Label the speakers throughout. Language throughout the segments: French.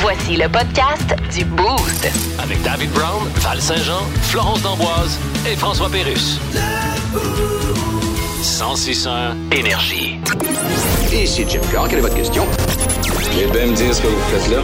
Speaker 1: Voici le podcast du Boost.
Speaker 2: Avec David Brown, Val Saint-Jean, Florence D'Amboise et François Pérus. 1061 Énergie.
Speaker 3: Ici Jim Carr, quelle est votre question?
Speaker 4: Vous bien me dire ce que vous faites là?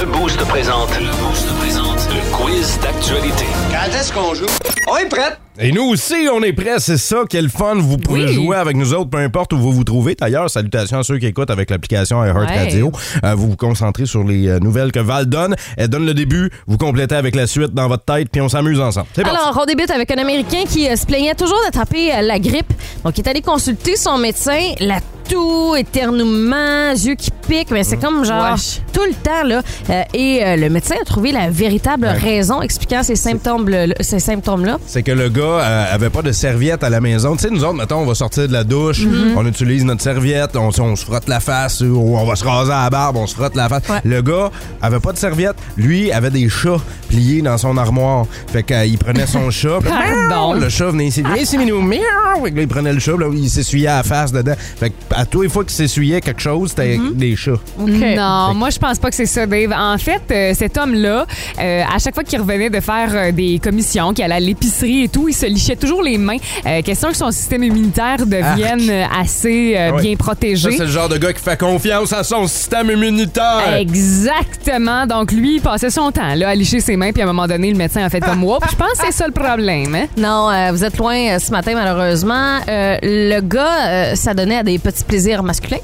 Speaker 2: Le Boost présente. Le Boost présente. Le quiz d'actualité.
Speaker 3: Quand est-ce qu'on joue? On est prêt!
Speaker 5: Et nous aussi, on est prêts, c'est ça. Quel fun, vous pouvez
Speaker 6: Oui.
Speaker 5: jouer avec nous autres, peu importe où vous vous trouvez. D'ailleurs, salutations à ceux qui écoutent avec l'application iHeartRadio. Euh, vous vous concentrez sur les euh, nouvelles que Val donne. Elle donne le début, vous complétez avec la suite dans votre tête, puis on s'amuse ensemble. C'est parti.
Speaker 6: Alors, on débute avec un Américain qui euh, se plaignait toujours d'attraper euh, la grippe. Donc, il est allé consulter son médecin. La toux, éternuement, yeux qui piquent. Mais c'est comme genre
Speaker 7: Mmh. Wesh.
Speaker 6: tout le temps, là. Euh, et euh, le médecin a trouvé la véritable raison expliquant ces symptômes-là. Ces symptômes-là.
Speaker 5: c'est que le gars euh, avait pas de serviette à la maison. Tu sais, nous autres, mettons, on va sortir de la douche,
Speaker 7: Mhm.
Speaker 5: on utilise notre serviette, on, on se frotte la face, ou on va se raser à la barbe, on se frotte la face. Le gars avait pas de serviette. Lui, avait des chats pliés dans son armoire. Fait qu'il euh, prenait son chat. puis
Speaker 7: Pardon.
Speaker 5: miaou, Le chat venait ici. Viens ici, minou. Miaou. Fait que là, il prenait le chat, puis là, il s'essuyait à la face dedans. Fait que à tous les fois qu'il s'essuyait quelque chose, c'était
Speaker 7: Mhm.
Speaker 5: avec des chats.
Speaker 7: Non, moi je pense pas que c'est ça, Dave. En fait, euh, cet homme-là, euh, à chaque fois qu'il revenait de faire euh, des commissions, qu'il allait à l'épicerie et tout, il se lichait toujours les mains. Euh, question que son système immunitaire devienne euh, assez euh,
Speaker 5: Ah, Ouais.
Speaker 7: bien
Speaker 5: Ça,
Speaker 7: protégé.
Speaker 5: c'est le genre de gars qui fait confiance à son système immunitaire.
Speaker 7: Exactement. Donc lui, il passait son temps là, à licher ses mains, puis à un moment donné, le médecin a fait comme
Speaker 5: Ah.
Speaker 7: moi. Je pense que c'est ça le problème. hein.
Speaker 6: Non, euh, vous êtes loin euh, ce matin, malheureusement. Euh, le gars, euh, ça donnait à des petits plaisirs masculins,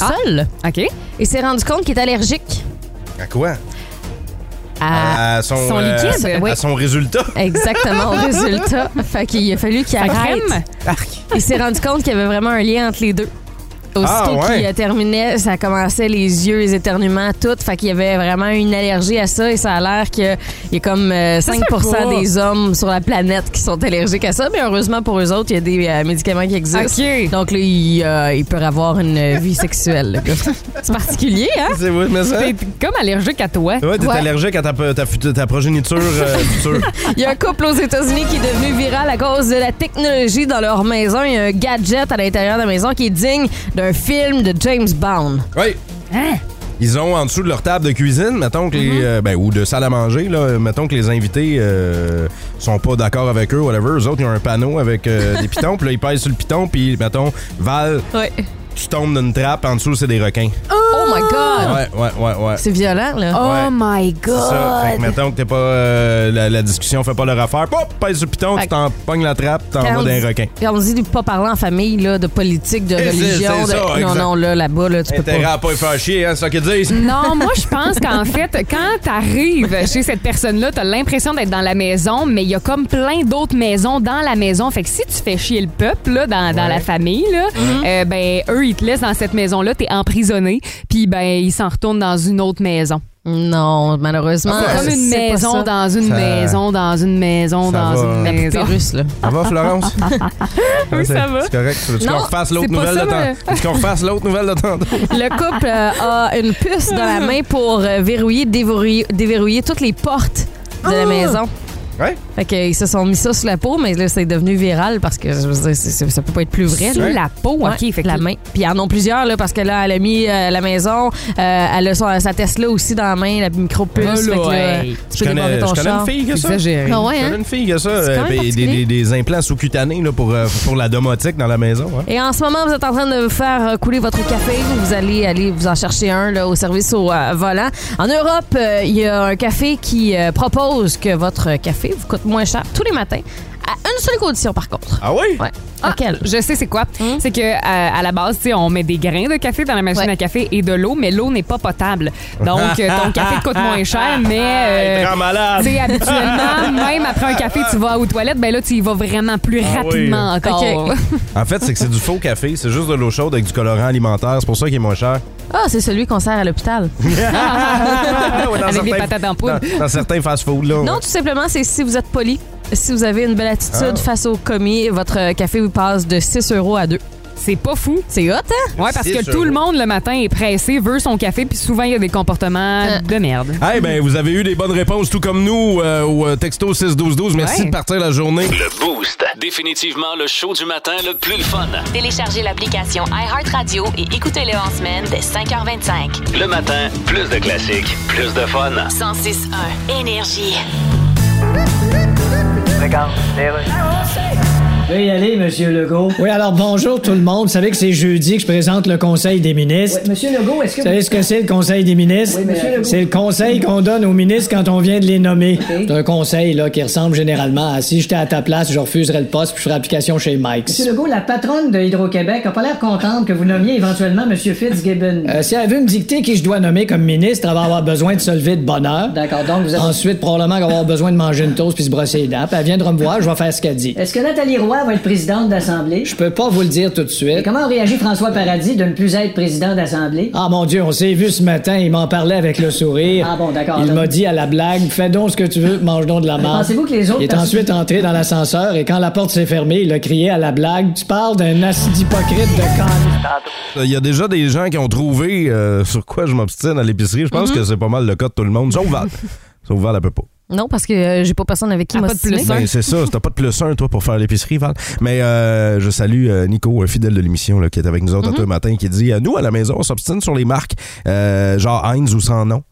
Speaker 7: Ah.
Speaker 6: seul.
Speaker 7: OK?
Speaker 6: Et s'est rendu compte qu'il est allergique.
Speaker 5: À quoi?
Speaker 6: à-
Speaker 5: à son,
Speaker 7: son liquide,
Speaker 5: à
Speaker 7: oui.
Speaker 5: son résultat.
Speaker 6: Exactement, au résultat. Fait qu'il a fallu qu'il
Speaker 7: La
Speaker 6: arrête.
Speaker 7: crème?
Speaker 6: Il s'est rendu compte qu'il y avait vraiment un lien entre les deux. Aussitôt
Speaker 5: Ah, ouais.
Speaker 6: qu'il euh, terminait, ça commençait les yeux, les éternuements, tout. Fait qu'il y avait vraiment une allergie à ça et ça a l'air qu'il y a comme euh,
Speaker 7: Ça se
Speaker 6: 5
Speaker 7: fait pas.
Speaker 6: des hommes sur la planète qui sont allergiques à ça. Mais heureusement pour eux autres, il y a des euh, médicaments qui existent.
Speaker 7: OK.
Speaker 6: Donc là, il, euh, il peut avoir une vie sexuelle. le gars. C'est particulier, hein?
Speaker 5: C'est vrai, mais ça.
Speaker 7: T'es comme allergique à toi.
Speaker 5: Ouais, t'es
Speaker 6: Ouais.
Speaker 5: allergique à ta, pe- ta fut- ta progéniture euh, future.
Speaker 6: Il y a un couple aux États-Unis qui est devenu viral à cause de la technologie dans leur maison. Il y a un gadget à l'intérieur de la maison qui est digne d'un film de James Bond.
Speaker 5: Oui.
Speaker 7: Hein?
Speaker 5: Ils ont en dessous de leur table de cuisine, mettons que les,
Speaker 6: Mm-hmm.
Speaker 5: euh, ben, ou de salle à manger, là, mettons que les invités euh, sont pas d'accord avec eux, whatever. Eux autres, ils ont un panneau avec euh, des pitons, puis là, ils pèsent sur le piton, puis mettons, Val,
Speaker 6: Ouais.
Speaker 5: tu tombes d'une trappe, en dessous, c'est des requins.
Speaker 6: Oh my God!
Speaker 5: Ouais, ouais, ouais, ouais.
Speaker 6: C'est violent, là.
Speaker 5: Ouais.
Speaker 7: Oh my
Speaker 5: C'est ça. Fait
Speaker 7: God!
Speaker 5: que mettons que t'es pas. euh, la, la discussion fait pas leur affaire. Pop, pèse sur le piton, tu
Speaker 6: Fait-
Speaker 5: t'en pognes la trappe, t'en
Speaker 6: Quand
Speaker 5: vas
Speaker 6: on
Speaker 5: d'un
Speaker 6: dit-
Speaker 5: requin.
Speaker 6: Quand on dit de pas parler en famille, là, de politique, de
Speaker 5: Et c'est-
Speaker 6: religion,
Speaker 5: c'est
Speaker 6: de-
Speaker 5: ça,
Speaker 6: non,
Speaker 5: exact.
Speaker 6: non, là, là-bas, là, tu peux
Speaker 5: Intérêt
Speaker 6: pas.
Speaker 5: à pas y faire chier, hein, c'est ça qu'ils disent.
Speaker 7: Non, moi, je pense qu'en fait, quand t'arrives chez cette personne-là, t'as l'impression d'être dans la maison, mais il y a comme plein d'autres maisons dans la maison. Fait que si tu fais chier le peuple là, dans, dans la famille, là,
Speaker 6: Mm-hmm.
Speaker 7: euh, ben eux, ils te laissent dans cette maison-là, t'es emprisonné, puis ben ils s'en retournent dans une autre maison.
Speaker 6: Non, malheureusement.
Speaker 7: C'est comme une
Speaker 6: c'est pas
Speaker 7: maison
Speaker 6: ça.
Speaker 7: dans une
Speaker 5: Ça-
Speaker 7: maison dans une maison
Speaker 5: Ça
Speaker 7: dans
Speaker 5: va.
Speaker 7: une
Speaker 5: La
Speaker 7: maison.
Speaker 6: Pérus, là.
Speaker 5: Ça va, Florence? Ah,
Speaker 7: Oui, ça va.
Speaker 5: C'est correct. Tu veux
Speaker 7: Non,
Speaker 5: qu'on refasse l'autre
Speaker 7: c'est pas
Speaker 5: nouvelle
Speaker 7: ça,
Speaker 5: de
Speaker 7: mais-
Speaker 5: tantôt? Tu veux qu'on refasse l'autre nouvelle de tantôt?
Speaker 6: Le couple euh, a une puce dans la main pour euh, verrouiller, déverrouiller, déverrouiller toutes les portes
Speaker 7: Ah!
Speaker 6: de
Speaker 7: Oh!
Speaker 6: la maison.
Speaker 5: Ouais.
Speaker 6: Fait qu'ils se sont mis ça sur la peau, mais là, c'est devenu viral parce que je veux dire, c'est- c'est- ça peut pas être plus vrai.
Speaker 7: Sous
Speaker 6: là.
Speaker 7: la peau,
Speaker 6: Ouais,
Speaker 7: ok. Fait que
Speaker 6: la main. Puis ils en ont plusieurs, là, parce que là, elle a mis euh, la maison, euh, elle a son- sa Tesla aussi dans la main, la micro-puce.
Speaker 7: Oh là,
Speaker 6: fait que là,
Speaker 7: hey.
Speaker 6: tu peux démarrer ton
Speaker 5: je connais
Speaker 6: char.
Speaker 5: une fille qui a ça.
Speaker 7: Exagéré.
Speaker 6: Ah ouais,
Speaker 5: Je
Speaker 6: hein?
Speaker 5: connais une fille qui a ça.
Speaker 6: C'est quand
Speaker 5: euh,
Speaker 6: même
Speaker 5: des- des, des,
Speaker 6: particulier.
Speaker 5: des implants sous-cutanés là, pour, euh, pour la domotique dans la maison. hein.
Speaker 6: Et en ce moment, vous êtes en train de faire euh, couler votre café. Vous allez aller vous en chercher un là, au service au euh, volant. En Europe, euh, il y a un café qui euh, propose que votre café vous coûte moins cher tous les matins. À une seule condition, par contre.
Speaker 5: Ah oui?
Speaker 6: Ouais.
Speaker 7: Ah,
Speaker 6: Laquelle? Hein?
Speaker 7: Je sais c'est quoi. C'est que euh, à la base, tu sais, on met des grains de café dans la machine
Speaker 6: Ouais.
Speaker 7: à café et de l'eau, mais l'eau n'est pas potable. Donc euh, ton café te coûte moins cher, mais
Speaker 6: Ah,
Speaker 7: euh,
Speaker 5: Grand malade.
Speaker 7: tu sais, habituellement, même après un café, tu vas aux toilettes, ben là, tu y vas vraiment plus
Speaker 5: Ah
Speaker 7: rapidement encore.
Speaker 6: Ok.
Speaker 5: En fait, c'est que c'est du faux café. C'est juste de l'eau chaude avec du colorant alimentaire. C'est pour ça qu'il est moins cher.
Speaker 6: Ah, c'est celui qu'on sert à l'hôpital.
Speaker 5: Ouais, dans
Speaker 7: Avec des
Speaker 5: certains-
Speaker 7: patates en poudre.
Speaker 5: Dans, dans certains fast-food. là.
Speaker 6: Non, tout simplement, c'est si vous êtes
Speaker 5: Ah.
Speaker 6: euh, poli. Si vous avez une belle attitude face au commis, votre café vous passe de 6 euros à 2.
Speaker 7: C'est pas fou.
Speaker 6: C'est hot, hein?
Speaker 7: Ouais, parce
Speaker 5: C'est
Speaker 7: que
Speaker 5: sûr.
Speaker 7: tout le monde le matin est pressé, veut son café, puis souvent il y a des comportements
Speaker 6: Euh.
Speaker 7: de merde.
Speaker 5: Hey, ben, vous avez eu des bonnes réponses, tout comme nous, euh, au euh, texto 61212. Merci
Speaker 7: Ouais.
Speaker 5: de partir la journée.
Speaker 2: Le Boost. Définitivement le show du matin le plus le fun.
Speaker 1: Téléchargez l'application iHeartRadio et écoutez-le en semaine dès 5h25.
Speaker 2: Le matin, plus de classiques, plus de fun.
Speaker 1: 106.1 Énergie.
Speaker 8: y aller, Monsieur Legault. Oui, alors bonjour tout le monde. Vous savez que c'est jeudi que je présente le Conseil des ministres. Monsieur Legault, est-ce que... Vous savez ce que c'est le Conseil des ministres? C'est le conseil qu'on donne aux ministres quand on vient de les nommer. C'est un conseil là, qui ressemble généralement à si j'étais à ta place, je refuserais le poste puis je ferais application chez Mike. Monsieur Legault, la patronne de Hydro-Québec a pas l'air contente que vous nommiez éventuellement Monsieur Fitzgibbon. Euh, si elle veut me dicter qui je dois nommer comme ministre, elle va avoir besoin de se lever de bonne heure. D'accord, donc vous Ensuite, probablement qu'elle va avoir besoin de manger une toast puis se brosser les dents. Puis elle viendra me voir, je vais faire ce qu'elle dit. Est-ce que Nathalie Roy va être présidente d'Assemblée? Je peux pas vous le dire tout de suite. Et comment réagit François Paradis de ne plus être président d'Assemblée? Ah mon Dieu, on s'est vu ce matin, il m'en parlait avec le sourire. Ah bon, d'accord. Il m'a dit à la blague, fais donc ce que tu veux, mange donc de la marde. Pensez-vous que les autres... Il est ensuite entré dans l'ascenseur et quand la porte s'est fermée, il a crié à la blague, tu parles d'un acide hypocrite de con.
Speaker 5: Euh, Il y a déjà des gens qui ont trouvé euh, sur quoi je m'obstine à l'épicerie. Je
Speaker 6: Mhm.
Speaker 5: pense que c'est pas mal le cas de tout le monde, sauf Val. sauf Val, elle peut pas.
Speaker 6: Non, parce que euh, j'ai pas personne avec qui
Speaker 7: Ah, pas de
Speaker 6: m'obstiner.
Speaker 7: plus.
Speaker 5: Ben, c'est ça, t'as pas de plus un, toi, pour faire l'épicerie, Val. Mais euh, je salue euh, Nico, un fidèle de l'émission, là, qui est avec nous autres à tous
Speaker 6: Mhm.
Speaker 5: les matins, qui dit euh, Nous, à la maison, on s'obstine sur les marques, euh, genre Heinz ou sans nom.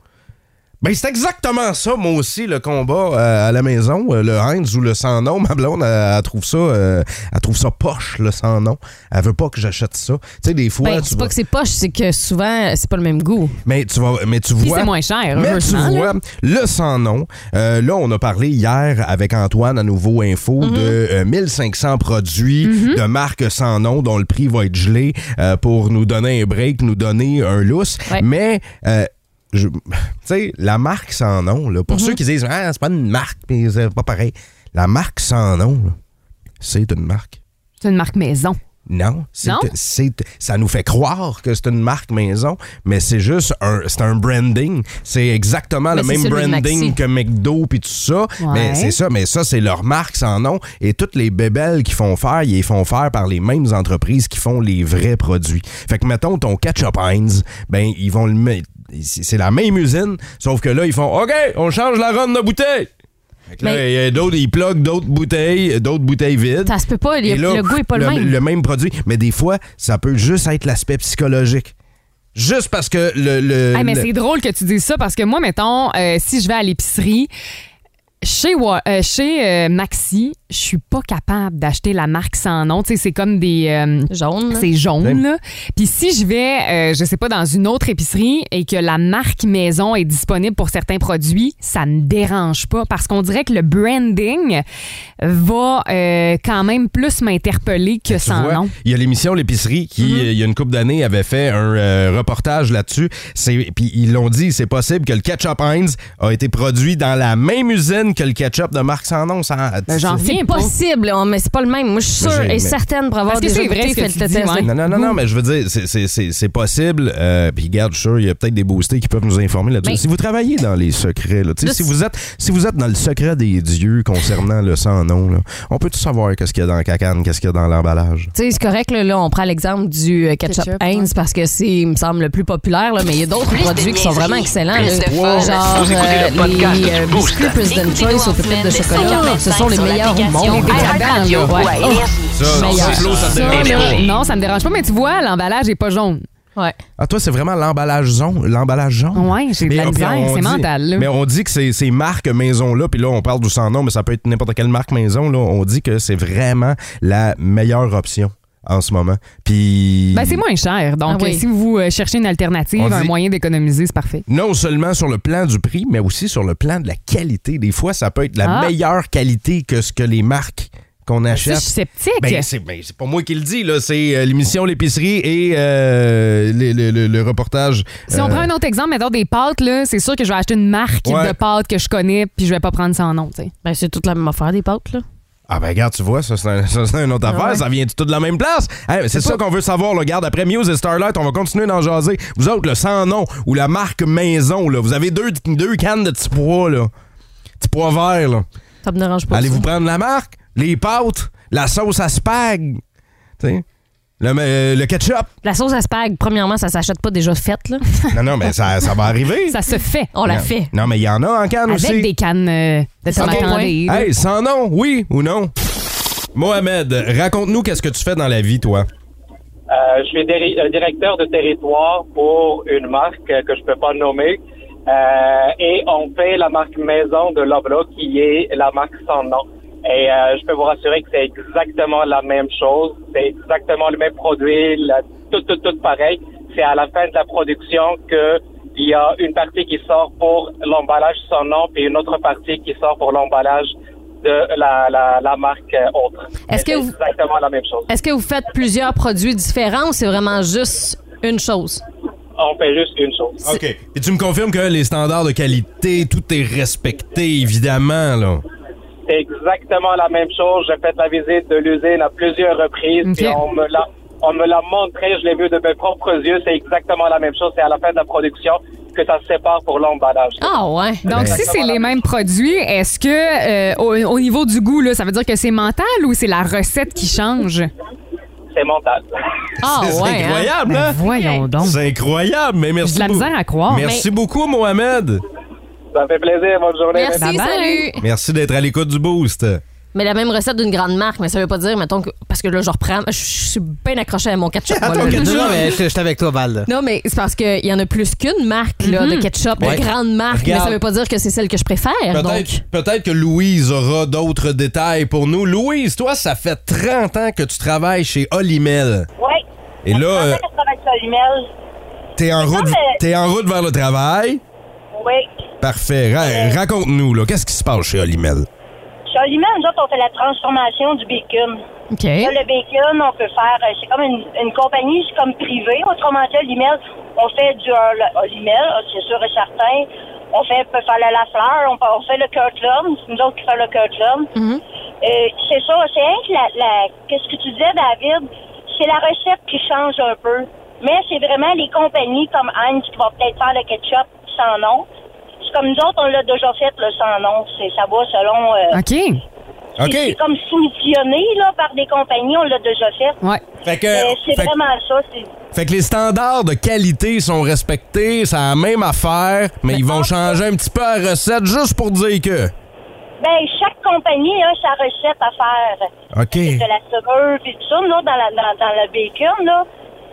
Speaker 5: Ben, c'est exactement ça, moi aussi, le combat euh, à la maison, euh, le Heinz ou le sans nom. Ma blonde, elle, elle trouve ça, euh, elle trouve ça poche, le sans nom. Elle veut pas que j'achète ça. Tu sais, des fois,
Speaker 6: Ben,
Speaker 5: tu
Speaker 6: c'est pas
Speaker 5: vas-
Speaker 6: que c'est poche, c'est que souvent, euh, c'est pas le même goût.
Speaker 5: mais tu vas, mais tu
Speaker 7: Puis
Speaker 5: vois.
Speaker 7: c'est moins cher,
Speaker 5: Mais tu
Speaker 7: heureusement,
Speaker 5: vois, le sans nom. euh, là, on a parlé hier avec Antoine à Nouveau Info
Speaker 7: Mhm.
Speaker 5: de euh, 1500 produits de marques sans nom dont le prix va être gelé euh, pour nous donner un break, nous donner un lousse.
Speaker 7: Ouais.
Speaker 5: Mais. euh, je- tu sais, la marque sans nom, là,
Speaker 7: Mhm.
Speaker 5: pour ceux qui disent, ah, c'est pas une marque, mais c'est pas pareil. La marque sans nom, là, c'est une marque.
Speaker 7: C'est une marque maison.
Speaker 5: Non, c'est-
Speaker 7: Non?
Speaker 5: c'est ça nous fait croire que c'est une marque maison, mais c'est juste un c'est un branding, c'est exactement le
Speaker 6: Mais c'est
Speaker 5: même
Speaker 6: celui de
Speaker 5: branding
Speaker 6: Maxi.
Speaker 5: que McDo puis tout ça, mais c'est ça, mais ça c'est leur marque sans nom et toutes les bébelles qu'ils font faire, ils les font faire par les mêmes entreprises qui font les vrais produits. Fait que mettons ton ketchup Heinz, ben ils vont le mettre c'est c'est la même usine, sauf que là ils font OK, on change la ronde de bouteille. Fait que là,
Speaker 6: Mais-
Speaker 5: il y a d'autres, ils pluguent d'autres bouteilles, d'autres bouteilles vides.
Speaker 6: Ça se peut pas, il y a-
Speaker 5: Et là,
Speaker 6: le goût est pas le, même.
Speaker 5: Le même produit. Mais des fois, ça peut juste être l'aspect psychologique. Juste parce que le. le-
Speaker 7: Ah, mais
Speaker 5: le-
Speaker 7: c'est drôle que tu dises ça parce que moi, mettons, euh, si je vais à l'épicerie, chez, Wa- euh, chez euh, Maxi, je suis pas capable d'acheter la marque sans nom. Tu sais, c'est comme des. euh,
Speaker 6: Jaune. là.
Speaker 7: c'est
Speaker 5: J'aime.
Speaker 7: jaune, là. Puis si je vais, euh, je sais pas, dans une autre épicerie et que la marque maison est disponible pour certains produits, ça me dérange pas parce qu'on dirait que le branding va euh, quand même plus m'interpeller que
Speaker 5: Tu
Speaker 7: sans
Speaker 5: vois,
Speaker 7: nom.
Speaker 5: Il y a l'émission L'épicerie qui,
Speaker 6: Mm-hmm.
Speaker 5: euh, il y a une couple d'années, avait fait un euh, reportage là-dessus. C'est- Puis ils l'ont dit, c'est possible que le ketchup Heinz a été produit dans la même usine que le ketchup de marque sans nom. sans-
Speaker 7: Ben, j'en
Speaker 5: c'est-
Speaker 7: reviens
Speaker 6: C'est
Speaker 7: pas.
Speaker 6: possible, hein, mais c'est pas le même. Moi, je suis
Speaker 5: Moi,
Speaker 6: sûre
Speaker 5: j'ai-
Speaker 6: et
Speaker 5: mais-
Speaker 6: certaine pour avoir
Speaker 7: Parce que
Speaker 6: déjà
Speaker 7: c'est vrai
Speaker 6: goûté,
Speaker 7: ce que
Speaker 6: fait
Speaker 7: tu
Speaker 6: le
Speaker 7: dis,
Speaker 6: test.
Speaker 7: ouais.
Speaker 5: Non, non, non, non, mais je veux dire, c'est- c'est- c'est c'est possible. Euh, puis garde, je suis sûr, il y a peut-être des boostés qui peuvent nous informer là-dessus.
Speaker 7: Ben-
Speaker 6: Mais-
Speaker 5: Si vous travaillez dans les secrets, là, tu sais,
Speaker 6: Là,
Speaker 5: si,
Speaker 6: c'est-
Speaker 5: vous êtes, si vous êtes dans le secret des dieux concernant le sans-nom, là, on peut tout savoir qu'est-ce qu'il y a dans la cacane, qu'est-ce qu'il y a dans l'emballage.
Speaker 6: Tu sais, c'est correct, là, là, on prend l'exemple du euh, ketchup,
Speaker 7: Ketchup,
Speaker 6: Heinz parce que c'est, il me semble, le plus populaire, là, mais il y a d'autres
Speaker 1: Plus de
Speaker 6: produits qui sont
Speaker 1: niaiseries,
Speaker 6: vraiment excellents.
Speaker 1: plus
Speaker 6: là.
Speaker 1: de fun.
Speaker 6: Genre euh,
Speaker 2: Vous écoutez le podcast
Speaker 6: les
Speaker 2: du
Speaker 6: euh,
Speaker 2: Boost.
Speaker 6: biscuits President
Speaker 1: Écoutez-nous
Speaker 6: Choice
Speaker 1: en
Speaker 6: aux pépites
Speaker 1: semaine
Speaker 6: de
Speaker 1: dès
Speaker 6: chocolat.
Speaker 1: 5h25
Speaker 6: Ah, Ce sont les
Speaker 1: sur
Speaker 6: meilleurs au monde.
Speaker 1: l'application
Speaker 6: Des
Speaker 1: iHeartRadio
Speaker 6: tabarnes, là,
Speaker 1: ou à
Speaker 6: ouais. Oh,
Speaker 1: Énergie.
Speaker 6: Meilleur. c'est Flo,
Speaker 7: Oh. euh, Ça,
Speaker 2: Énergie.
Speaker 7: non, non, ça me dérange pas, mais tu vois, l'emballage est pas jaune.
Speaker 6: Ouais.
Speaker 5: Ah, toi, c'est vraiment l'emballage jaune. L'emballage jaune.
Speaker 7: Ouais, j'ai de
Speaker 5: Mais,
Speaker 7: la
Speaker 5: ah, puis
Speaker 7: misère,
Speaker 5: on
Speaker 7: c'est
Speaker 5: dit-
Speaker 7: mental, là.
Speaker 5: Mais on dit que ces, ces marques maison-là, puis là, on parle du sans-nom, mais ça peut être n'importe quelle marque maison, là, on dit que c'est vraiment la meilleure option en ce moment. Puis.
Speaker 7: Ben, c'est moins cher. Donc,
Speaker 6: Ah oui.
Speaker 7: euh, si vous euh, cherchez une alternative,
Speaker 5: On
Speaker 7: un
Speaker 5: dit-
Speaker 7: moyen d'économiser, c'est parfait.
Speaker 5: non seulement sur le plan du prix, mais aussi sur le plan de la qualité. Des fois, ça peut être la
Speaker 7: Ah.
Speaker 5: meilleure qualité que ce que les marques qu'on
Speaker 7: Si je
Speaker 5: achète.
Speaker 7: suis sceptique.
Speaker 5: Ben, c'est ben, c'est pas moi qui le dis, là. C'est euh, l'émission L'épicerie et euh, le, le- le- le reportage.
Speaker 7: si
Speaker 5: euh,
Speaker 7: on prend un autre exemple, mettons des pâtes, là, c'est sûr que je vais acheter une marque
Speaker 5: Ouais.
Speaker 7: de pâtes que je connais, puis je vais pas prendre sans nom. tu sais.
Speaker 6: Ben, c'est toute la même affaire des pâtes, là.
Speaker 5: Ah ben regarde, tu vois, ça c'est un- ça, c'est une
Speaker 6: Ah
Speaker 5: autre affaire, ça vient du tout de la même place. Hey, mais c'est ça qu'on veut savoir, là. regarde, après Muse et Starlight, on va continuer d'en jaser. Vous autres, le sans nom ou la marque maison, là, vous avez deux, deux cannes de petits pois, là. Petits pois verts, là.
Speaker 6: Ça me dérange pas.
Speaker 5: Allez-vous prendre la marque, les pâtes, la sauce à spag. Tu sais, Le, euh, le ketchup.
Speaker 6: La sauce à spag, premièrement, ça s'achète pas déjà faite, là.
Speaker 5: Non, non, mais ça, ça va arriver.
Speaker 7: Ça se fait.
Speaker 6: On la
Speaker 5: Non.
Speaker 6: fait.
Speaker 5: Non, mais il y en a en canne
Speaker 7: Avec
Speaker 5: aussi.
Speaker 7: des cannes euh, de tomates
Speaker 6: bon
Speaker 7: en
Speaker 6: point.
Speaker 7: lait, là.
Speaker 5: Hey, sans nom, oui ou non? Mohamed, raconte-nous qu'est-ce que tu fais dans la vie, toi.
Speaker 9: Euh, je suis déri- euh, directeur de territoire pour une marque euh, que je peux pas nommer. Euh, et on fait la marque maison de Loblo, qui est la marque sans nom. Et euh, je peux vous rassurer que c'est exactement la même chose. C'est exactement le même produit, la- tout, tout, tout pareil. C'est à la fin de la production que il y a une partie qui sort pour l'emballage sans nom, puis une autre partie qui sort pour l'emballage de la, la, la marque euh, autre.
Speaker 6: Est-ce
Speaker 9: Mais
Speaker 6: que
Speaker 9: c'est
Speaker 6: vous-
Speaker 9: exactement la même chose.
Speaker 6: Est-ce que vous faites plusieurs produits différents ou c'est vraiment juste une chose?
Speaker 9: On fait juste une chose.
Speaker 5: OK. Et tu me confirmes que les standards de qualité, tout est respecté, évidemment, là.
Speaker 9: C'est exactement la même chose. J'ai fait la visite de l'usine à plusieurs reprises
Speaker 7: Ok.
Speaker 9: et on me l'a on me l'a montré, je l'ai vu de mes propres yeux, c'est exactement la même chose. C'est à la fin de la production que ça se sépare pour l'emballage.
Speaker 6: Ah, ouais.
Speaker 5: Ben,
Speaker 7: Donc, si c'est les mêmes produits, est-ce que euh, au, au niveau du goût, là, ça veut dire que c'est mental ou c'est la recette qui change?
Speaker 9: C'est mental.
Speaker 6: Ah,
Speaker 5: c'est
Speaker 6: ouais. hein?
Speaker 5: incroyable, hein?
Speaker 7: Ben, Voyons donc.
Speaker 5: C'est incroyable, mais merci
Speaker 7: J'ai de la
Speaker 5: beaucoup.
Speaker 7: misère à croire.
Speaker 5: Merci beaucoup, Mohamed.
Speaker 9: Ça fait plaisir, bonne journée.
Speaker 6: Merci,
Speaker 7: Bye bye.
Speaker 6: salut.
Speaker 5: Merci d'être à l'écoute du Boost.
Speaker 6: Mais la même recette d'une grande marque, mais ça veut pas dire, mettons, que, parce que là, je reprends, je suis bien accrochée à mon ketchup. moi, là.
Speaker 10: Non, non, mais je je suis avec toi, Val. là.
Speaker 6: Non, mais c'est parce qu'il y en a plus qu'une marque là,
Speaker 5: Mhm.
Speaker 6: de ketchup,
Speaker 10: Ouais.
Speaker 6: de grande marque, mais
Speaker 10: Regarde.
Speaker 6: ça veut pas dire que c'est celle que je préfère. Donc,
Speaker 5: Peut-être peut-être que Louise aura d'autres détails pour nous. Louise, toi, ça fait 30 ans que tu travailles chez Olimel.
Speaker 11: Oui.
Speaker 5: Et là, euh, t'es en, route-
Speaker 11: Ah, mais-
Speaker 5: t'es en route vers le travail.
Speaker 11: Oui.
Speaker 5: Parfait. Ra- Raconte-nous, là, qu'est-ce qui se passe chez Olimel?
Speaker 11: Chez nous autres, on fait la transformation du bacon.
Speaker 6: OK.
Speaker 11: Là, le bacon, on peut faire, euh, c'est comme une, une compagnie, c'est comme privé. Autrement dit, à l'email, on fait du euh, le- à l'email, euh, c'est sûr et certain. On fait, peut faire la, la fleur, on, peut- on fait le curtlum, c'est nous autres qui fait le curtlum. Euh, c'est ça, c'est vrai que la, la- qu'est-ce que tu disais, David, c'est la recette qui change un peu. Mais c'est vraiment les compagnies comme Heinz qui vont peut-être faire le ketchup sans nom. C'est comme nous autres, on l'a déjà fait le sans nom. C'est, ça va selon... euh,
Speaker 7: OK.
Speaker 5: OK.
Speaker 11: c'est comme soumissionné là, par des compagnies, on l'a déjà fait.
Speaker 7: Ouais.
Speaker 5: Fait que,
Speaker 11: Euh, c'est
Speaker 5: fait-
Speaker 11: vraiment ça. c'est-
Speaker 5: fait que les standards de qualité sont respectés, c'est la même affaire, mais ils vont changer un petit peu la recette juste pour dire que.
Speaker 11: Ben, chaque compagnie a sa recette à faire.
Speaker 5: OK.
Speaker 11: De la saumure, puis tout ça, là, dans, la, dans, dans le bacon, là.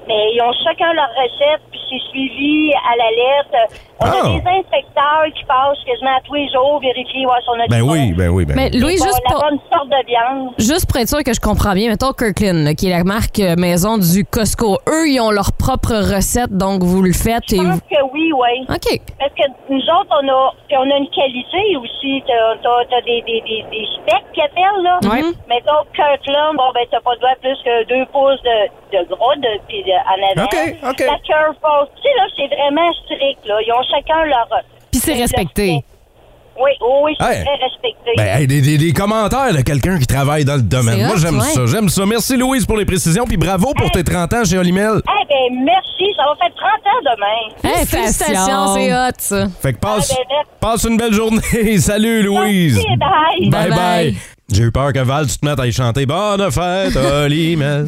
Speaker 11: Mais ils ont chacun leur recette, puis c'est suivi à la lettre. On
Speaker 5: Ah.
Speaker 11: a des inspecteurs qui passent quasiment à tous les jours vérifier ouais, si on a
Speaker 5: Ben
Speaker 11: du
Speaker 5: oui,
Speaker 11: bon-
Speaker 5: ben oui, ben
Speaker 6: Mais
Speaker 5: oui.
Speaker 6: Louis,
Speaker 11: bon,
Speaker 6: juste
Speaker 11: la
Speaker 6: pour,
Speaker 11: bonne sorte de viande.
Speaker 6: juste pour être sûr que je comprends bien, mettons Kirkland, là, qui est la marque euh, maison du Costco, eux, ils ont leur propre recette, donc vous le faites et
Speaker 11: Je
Speaker 6: vous...
Speaker 11: pense que oui, oui.
Speaker 6: OK.
Speaker 11: Parce que nous autres, on a, puis on a une qualité aussi. T'as t'as- t'as des, des, des, des specs qui appellent, là. Mm-hmm.
Speaker 7: Ouais.
Speaker 11: Mettons, Kirkland, bon, ben, t'as pas le droit plus que deux pouces de, de gros, de, puis de, en avant.
Speaker 5: OK, OK.
Speaker 11: La Curveball, tu sais, là, c'est vraiment strict, là. Ils ont chacun leur... euh,
Speaker 7: Puis c'est respecté.
Speaker 11: Oui, oui, oui, c'est
Speaker 5: Ouais.
Speaker 11: très respecté.
Speaker 5: Ben, hey, des, des- des commentaires de quelqu'un qui travaille dans le domaine.
Speaker 6: C'est
Speaker 5: Moi,
Speaker 6: hot,
Speaker 5: j'aime
Speaker 6: ouais.
Speaker 5: ça. J'aime ça. Merci, Louise, pour les précisions. Puis bravo pour tes 30 ans chez Olimel.
Speaker 11: Eh ben, merci, ça va faire 30 ans demain.
Speaker 6: Hey,
Speaker 7: Félicitations.
Speaker 6: félicitations, c'est hot, ça.
Speaker 5: Fait que passe,
Speaker 11: Ah, ben, merci.
Speaker 5: passe une belle journée. Salut, Louise.
Speaker 11: Merci, bye.
Speaker 5: Bye bye.
Speaker 6: Bye-bye.
Speaker 5: J'ai eu peur que Val, tu te mettes à y chanter Bonne fête, Olimel.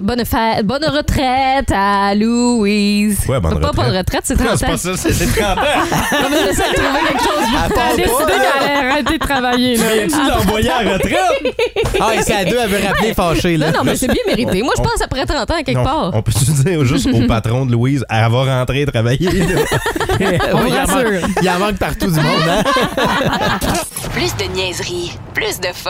Speaker 6: Bonne, fête, bonne retraite à Louise.
Speaker 5: Ouais, bonne
Speaker 6: pas
Speaker 5: retraite.
Speaker 6: pas de retraite, c'est 30
Speaker 5: c'est
Speaker 6: ans.
Speaker 5: pas ça, c'est c'est 30 ans.
Speaker 6: Non, mais j'essaie de trouver quelque chose.
Speaker 7: T'as décidé qu'elle allait arrêter de travailler, là.
Speaker 5: Tu l'envoyais à la retraite.
Speaker 10: Ah, et c'est à deux, elle veut rappeler fâchée, là.
Speaker 6: Non, non, mais c'est bien mérité. Moi, je pense après 30 ans, à quelque
Speaker 5: Non,
Speaker 6: part.
Speaker 5: On peut-tu dire juste au patron de Louise, elle va rentrer travailler. là.
Speaker 10: Ouais, il, en manque, il en manque partout du monde, hein?
Speaker 1: Plus de niaiserie, plus de fun.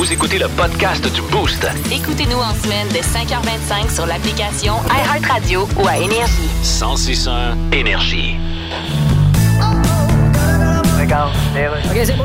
Speaker 2: Vous écoutez le podcast du Boost.
Speaker 1: Écoutez-nous en semaine de 5h25 sur l'application iHeartRadio ou à Énergie.
Speaker 2: 1061 Énergie.
Speaker 8: Euh, Vous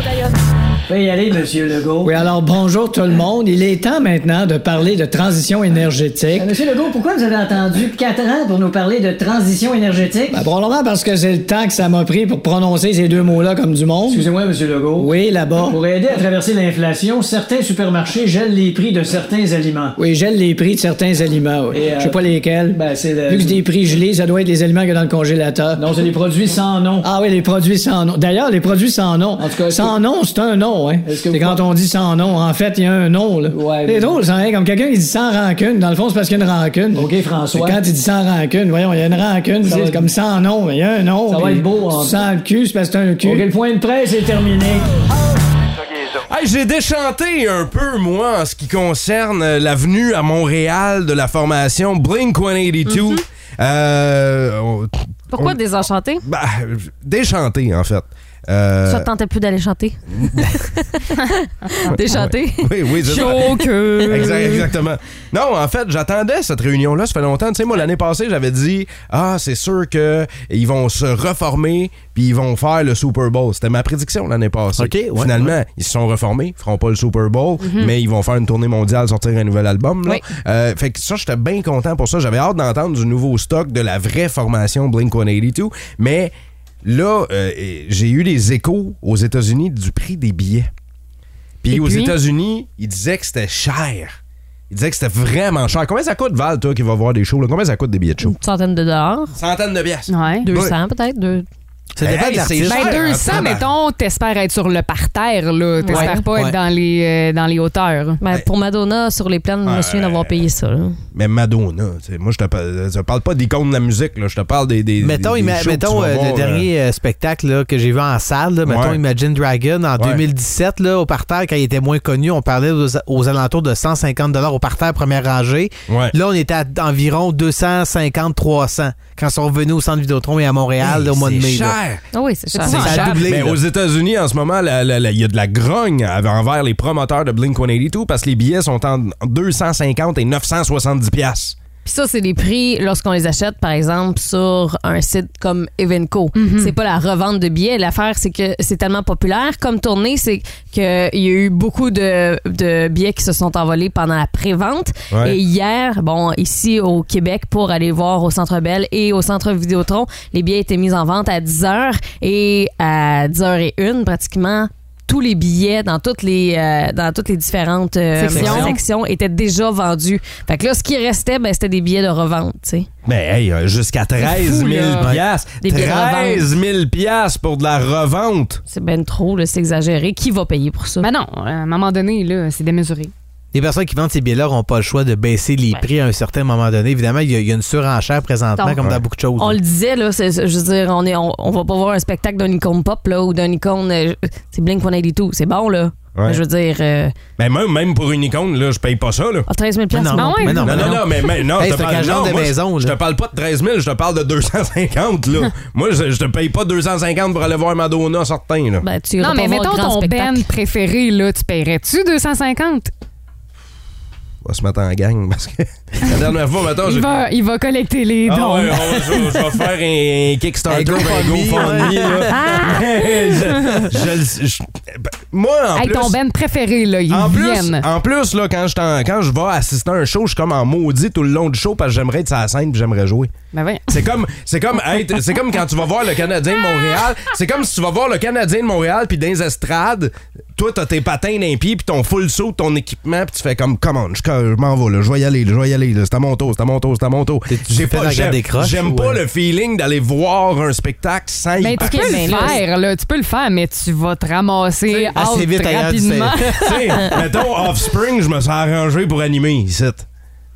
Speaker 8: pouvez y aller, Monsieur Legault. Oui, alors bonjour tout le monde. Il est temps maintenant de parler de transition énergétique. Monsieur Legault, pourquoi vous avez attendu quatre ans pour nous parler de transition énergétique? Ben, probablement parce que c'est le temps que ça m'a pris pour prononcer ces deux mots-là comme du monde. Excusez-moi, Monsieur Legault. Oui, là-bas. Pour aider à traverser l'inflation, certains supermarchés gèlent les prix de certains aliments. Oui, gèlent les prix de certains aliments. oui. Je sais pas lesquels. Ben, c'est Vu que c'est des prix gelés, ça doit être les aliments qu'il y a dans le congélateur. Non, c'est des produits sans nom. Ah oui, les produits sans nom. D'ailleurs, les produits sans nom. En tout cas, sans nom, c'est un nom. nom, hein. C'est quand on dit sans nom. En fait, il y a un nom, là. c'est drôle, ça, hein. Comme quelqu'un qui dit sans rancune. Dans le fond, c'est parce qu'il y a une rancune. OK, François. Quand il dit sans rancune, voyons, il y a une rancune.
Speaker 12: Ça va
Speaker 8: C'est
Speaker 12: être-
Speaker 8: comme sans nom. Il y a un nom.
Speaker 12: Ça va
Speaker 8: puis
Speaker 12: être beau, en-
Speaker 8: Sans le cul, c'est parce que c'est un cul. OK, le point de presse est terminé.
Speaker 5: Hey, j'ai déchanté un peu, moi, en ce qui concerne euh, l'avenue à Montréal de la formation Blink 182. Euh, on-
Speaker 6: Mm-hmm. Pourquoi
Speaker 5: on-
Speaker 6: désenchanté?
Speaker 5: Bah, déchanté, en fait. Euh,
Speaker 6: Ça te tentait plus d'aller chanter?
Speaker 5: Ah
Speaker 6: Déchanté?
Speaker 5: Oui, oui, c'est ça.
Speaker 6: Joker.
Speaker 5: Exact- exactement. Non, en fait, j'attendais cette réunion-là, ça fait longtemps. Tu sais, moi, l'année passée, j'avais dit Ah, c'est sûr que ils vont se reformer puis ils vont faire le Super Bowl. C'était ma prédiction l'année passée.
Speaker 10: Ok, ouais,
Speaker 5: Finalement, ils se sont reformés, ils feront pas le Super Bowl,
Speaker 10: Mhm.
Speaker 5: mais ils vont faire une tournée mondiale, sortir un nouvel album. là.
Speaker 10: Oui.
Speaker 5: Euh, fait que ça, j'étais bien content pour ça. J'avais hâte d'entendre du nouveau stock de la vraie formation Blink 182, mais. Là, euh, j'ai eu des échos aux États-Unis du prix des billets. Puis
Speaker 10: Et
Speaker 5: aux
Speaker 10: puis?
Speaker 5: États-Unis, ils disaient que c'était cher. Ils disaient que c'était vraiment cher. Combien ça coûte, Val, toi, qui va voir des shows? là? Combien ça coûte des billets de show?
Speaker 6: Une centaine de dollars.
Speaker 5: Centaine de pièces.
Speaker 7: Ouais.
Speaker 6: 200 peut-être. Deux...
Speaker 5: Ça dépend de l'artiste.
Speaker 7: Ben,
Speaker 5: cher, hein,
Speaker 7: 200,
Speaker 5: tabarnak.
Speaker 7: mettons, t'espères être sur le parterre, là. T'espères
Speaker 6: Ouais.
Speaker 7: pas
Speaker 5: Ouais.
Speaker 7: être dans les, euh, dans les hauteurs.
Speaker 6: Ben, pour Madonna, sur les plaines, je me souviens d'avoir payé ça. là.
Speaker 5: Mais Madonna, tu sais, moi, je te parle, je te parle pas d'icônes de la musique, là. je te parle des. des
Speaker 10: Mettons,
Speaker 5: des- des
Speaker 10: ima-
Speaker 5: shows que tu
Speaker 10: mettons,
Speaker 5: vas
Speaker 10: euh,
Speaker 5: voir,
Speaker 10: le
Speaker 5: euh,
Speaker 10: dernier euh, spectacle là, que j'ai vu en salle, là, mettons
Speaker 5: Ouais.
Speaker 10: Imagine Dragon en
Speaker 5: Ouais.
Speaker 10: 2017, là, au parterre, quand il était moins connu, on parlait aux, aux alentours de 150 au parterre, première rangée.
Speaker 5: Ouais.
Speaker 10: Là, on était à environ 250-300 quand ils sont revenus au centre Vidéotron et à Montréal
Speaker 5: Hey,
Speaker 10: là, au mois de mai.
Speaker 5: c'est
Speaker 10: là.
Speaker 5: cher.
Speaker 6: Ah oui, c'est cher.
Speaker 10: C'est ça a doublé,
Speaker 5: Mais
Speaker 10: là.
Speaker 5: Ben, aux États-Unis, en ce moment, la- la- la- il y a de la grogne av- envers les promoteurs de Blink 182 parce que les billets sont en 250 et 970 piastres.
Speaker 6: Puis ça, c'est les prix lorsqu'on les achète, par exemple, sur un site comme Evenco. C'est pas la revente de billets. L'affaire, c'est que c'est tellement populaire comme tournée, c'est qu'il y a eu beaucoup de, de billets qui se sont envolés pendant la pré-vente.
Speaker 13: Ouais.
Speaker 6: Et hier, bon, ici au Québec, pour aller voir au Centre Bell et au Centre Vidéotron, les billets étaient mis en vente à 10 h et à 10 h et une, pratiquement. Tous les billets dans toutes les euh, dans toutes les différentes euh,
Speaker 5: Sections.
Speaker 6: sections étaient déjà vendus. Fait que là, ce qui restait, ben, c'était des billets de revente, tu sais.
Speaker 5: Mais hey, euh, jusqu'à 13 000
Speaker 6: là.
Speaker 5: piastres.
Speaker 6: Des billets de
Speaker 5: 13 000 piastres pour de la revente.
Speaker 6: C'est ben trop, là, c'est exagéré. Qui va payer pour ça?
Speaker 7: Ben non, à un moment donné, là, c'est démesuré.
Speaker 10: Les personnes qui vendent ces billets-là n'ont pas le choix de baisser les prix à un certain moment donné. Évidemment, il y, a- il y a une surenchère présentement,
Speaker 6: Donc,
Speaker 10: comme dans beaucoup de choses.
Speaker 6: On le disait, là, c'est- je veux dire, on, est, on, on va pas voir un spectacle d'un icône pop, là, ou d'un icône. euh, C'est Blink-182, c'est bon, là.
Speaker 5: Ouais.
Speaker 6: Mais je veux dire, euh,
Speaker 5: Mais Ben, même, même pour une icône, là, je paye pas ça. Là.
Speaker 6: Ah, 13 000 piastres,
Speaker 5: non,
Speaker 6: non,
Speaker 5: non, non,
Speaker 6: non, non,
Speaker 5: non,
Speaker 6: non.
Speaker 5: mais, mais non,
Speaker 10: Hey,
Speaker 5: je te
Speaker 10: c'est
Speaker 5: parle,
Speaker 10: quel genre
Speaker 5: non,
Speaker 10: de
Speaker 5: moi, je-
Speaker 10: maison,
Speaker 5: je
Speaker 10: là?
Speaker 5: te parle pas de 13 000, je te parle de 250. Là. moi, je, je te paye pas 250 pour aller voir Madonna, certain. Là.
Speaker 6: Ben, tu
Speaker 7: Non, mais mettons ton band préféré, là, tu paierais-tu 250?
Speaker 5: On va se mettre en gang parce que la dernière fois, mettons,
Speaker 7: il,
Speaker 5: j'ai.
Speaker 7: va, il va collecter les
Speaker 5: Ah
Speaker 7: dons.
Speaker 5: ouais, on va- je, je vais faire un Kickstarter,
Speaker 10: Un
Speaker 5: un
Speaker 10: GoFundMe,
Speaker 5: GoFundMe.
Speaker 10: ouais.
Speaker 5: là. je, je- je- ben, moi, en
Speaker 7: Hey,
Speaker 5: plus.
Speaker 7: ton band préféré, là, ils
Speaker 5: En plus,
Speaker 7: viennent.
Speaker 5: en plus là, quand, je t'en- quand je vais assister à un show, je suis comme en maudit tout le long du show parce que j'aimerais être sur la scène et j'aimerais jouer.
Speaker 7: Ben ouais.
Speaker 5: C'est comme, c'est comme être- c'est comme quand tu vas voir le Canadien de Montréal. C'est comme si tu vas voir le Canadien de Montréal puis dans les estrades, toi t'as tes patins d'un pied puis ton full saut, ton équipement puis tu fais comme, come on, je, je m'en vais là, je vais y aller, là, je vais y aller, là, c'est à mon tour, c'est à mon tour, c'est à mon tour. J'ai
Speaker 10: fais la
Speaker 5: pas,
Speaker 10: garde
Speaker 5: j'aime,
Speaker 10: des croches,
Speaker 5: j'aime
Speaker 10: ou,
Speaker 5: pas
Speaker 10: euh?
Speaker 5: le feeling d'aller voir un spectacle sans y
Speaker 7: Mais tu peux
Speaker 5: participer.
Speaker 7: le faire, là. Tu peux le faire, mais tu vas te ramasser
Speaker 10: assez
Speaker 7: out
Speaker 10: vite ailleurs, tu sais.
Speaker 7: rapidement.
Speaker 5: Tu sais, mettons Offspring, je me suis arrangé pour animer ici.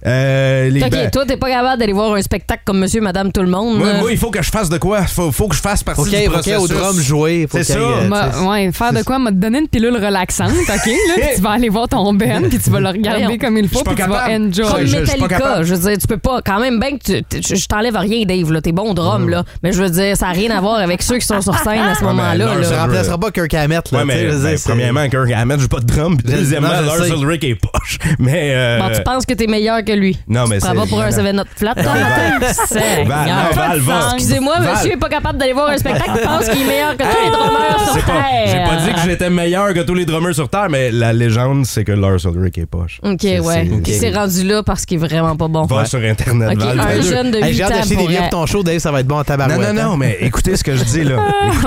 Speaker 5: Euh, les ba-
Speaker 6: OK, toi, t'es pas capable d'aller voir un spectacle comme Monsieur, Madame, tout le monde.
Speaker 5: Moi,
Speaker 6: là.
Speaker 5: moi, il faut que je fasse de quoi? Faut, faut que je fasse partie
Speaker 10: Faut
Speaker 5: du
Speaker 10: qu'il- faut qu'il y ait
Speaker 5: processus.
Speaker 10: au drum jouer, faut
Speaker 5: C'est
Speaker 10: qu'il y
Speaker 5: ça.
Speaker 10: ait, euh,
Speaker 7: M'a- ouais, faire de quoi? M'a donné une pilule relaxante, OK? Là, puis tu vas aller voir ton Ben, puis tu vas le regarder
Speaker 6: Voyons.
Speaker 7: comme il
Speaker 5: Je suis
Speaker 7: faut,
Speaker 5: pas
Speaker 7: puis tu vas
Speaker 5: capable.
Speaker 7: enjoy.
Speaker 6: Comme
Speaker 5: je- je suis pas
Speaker 6: Metallica,
Speaker 5: capable.
Speaker 6: je veux dire, tu peux pas, quand même, ben que tu, tu- je je t'enlève rien, Dave, là, t'es bon au drum, là, mais je veux dire, ça n'a rien à voir avec ceux qui sont sur scène à ce
Speaker 5: Ouais, Mm. mais
Speaker 6: moment-là.
Speaker 5: Lars
Speaker 6: là.
Speaker 10: Tu ne remplaceras pas Kirk Hammett. Là,
Speaker 5: Ouais, mais,
Speaker 10: tu sais, je veux
Speaker 5: ben,
Speaker 10: dire, c'est-
Speaker 5: premièrement, Kirk Hammett joue pas de drum, puis
Speaker 10: Je-
Speaker 5: deuxièmement,
Speaker 10: non, je
Speaker 5: Lars
Speaker 10: sais.
Speaker 5: Ulrich est poche. Mais. euh,
Speaker 6: Bon, tu penses que t'es meilleur que lui.
Speaker 5: Non, mais
Speaker 6: Ça
Speaker 5: c'est.
Speaker 6: va pour un 7 Up flat.
Speaker 5: Non, Val.
Speaker 6: Seigneur.
Speaker 5: Val, non, Val, va.
Speaker 6: Excusez-moi,
Speaker 5: Val.
Speaker 6: monsieur est pas capable d'aller voir un spectacle. Il pense qu'il est meilleur que tous les drummers sur
Speaker 5: C'est pas-
Speaker 6: Terre.
Speaker 5: J'ai pas dit que j'étais meilleur que tous les drummers sur Terre, mais la légende, c'est que Lars Ulrich est poche.
Speaker 6: Ok,
Speaker 5: C'est-
Speaker 6: ouais.
Speaker 5: c'est-
Speaker 6: Il s'est rendu là parce qu'il est vraiment pas bon.
Speaker 5: Va sur Internet,
Speaker 6: Ok,
Speaker 5: Val.
Speaker 6: un
Speaker 5: fais-le.
Speaker 6: jeune de
Speaker 10: Hey,
Speaker 6: 8
Speaker 10: J'ai
Speaker 6: ans
Speaker 10: hâte d'acheter des billets
Speaker 6: pourrait-
Speaker 10: pour ton show, Dave, ça va être bon en
Speaker 5: Non,
Speaker 10: tabarouette.
Speaker 5: non, non,
Speaker 10: hein.
Speaker 5: mais écoutez ce que je dis, là.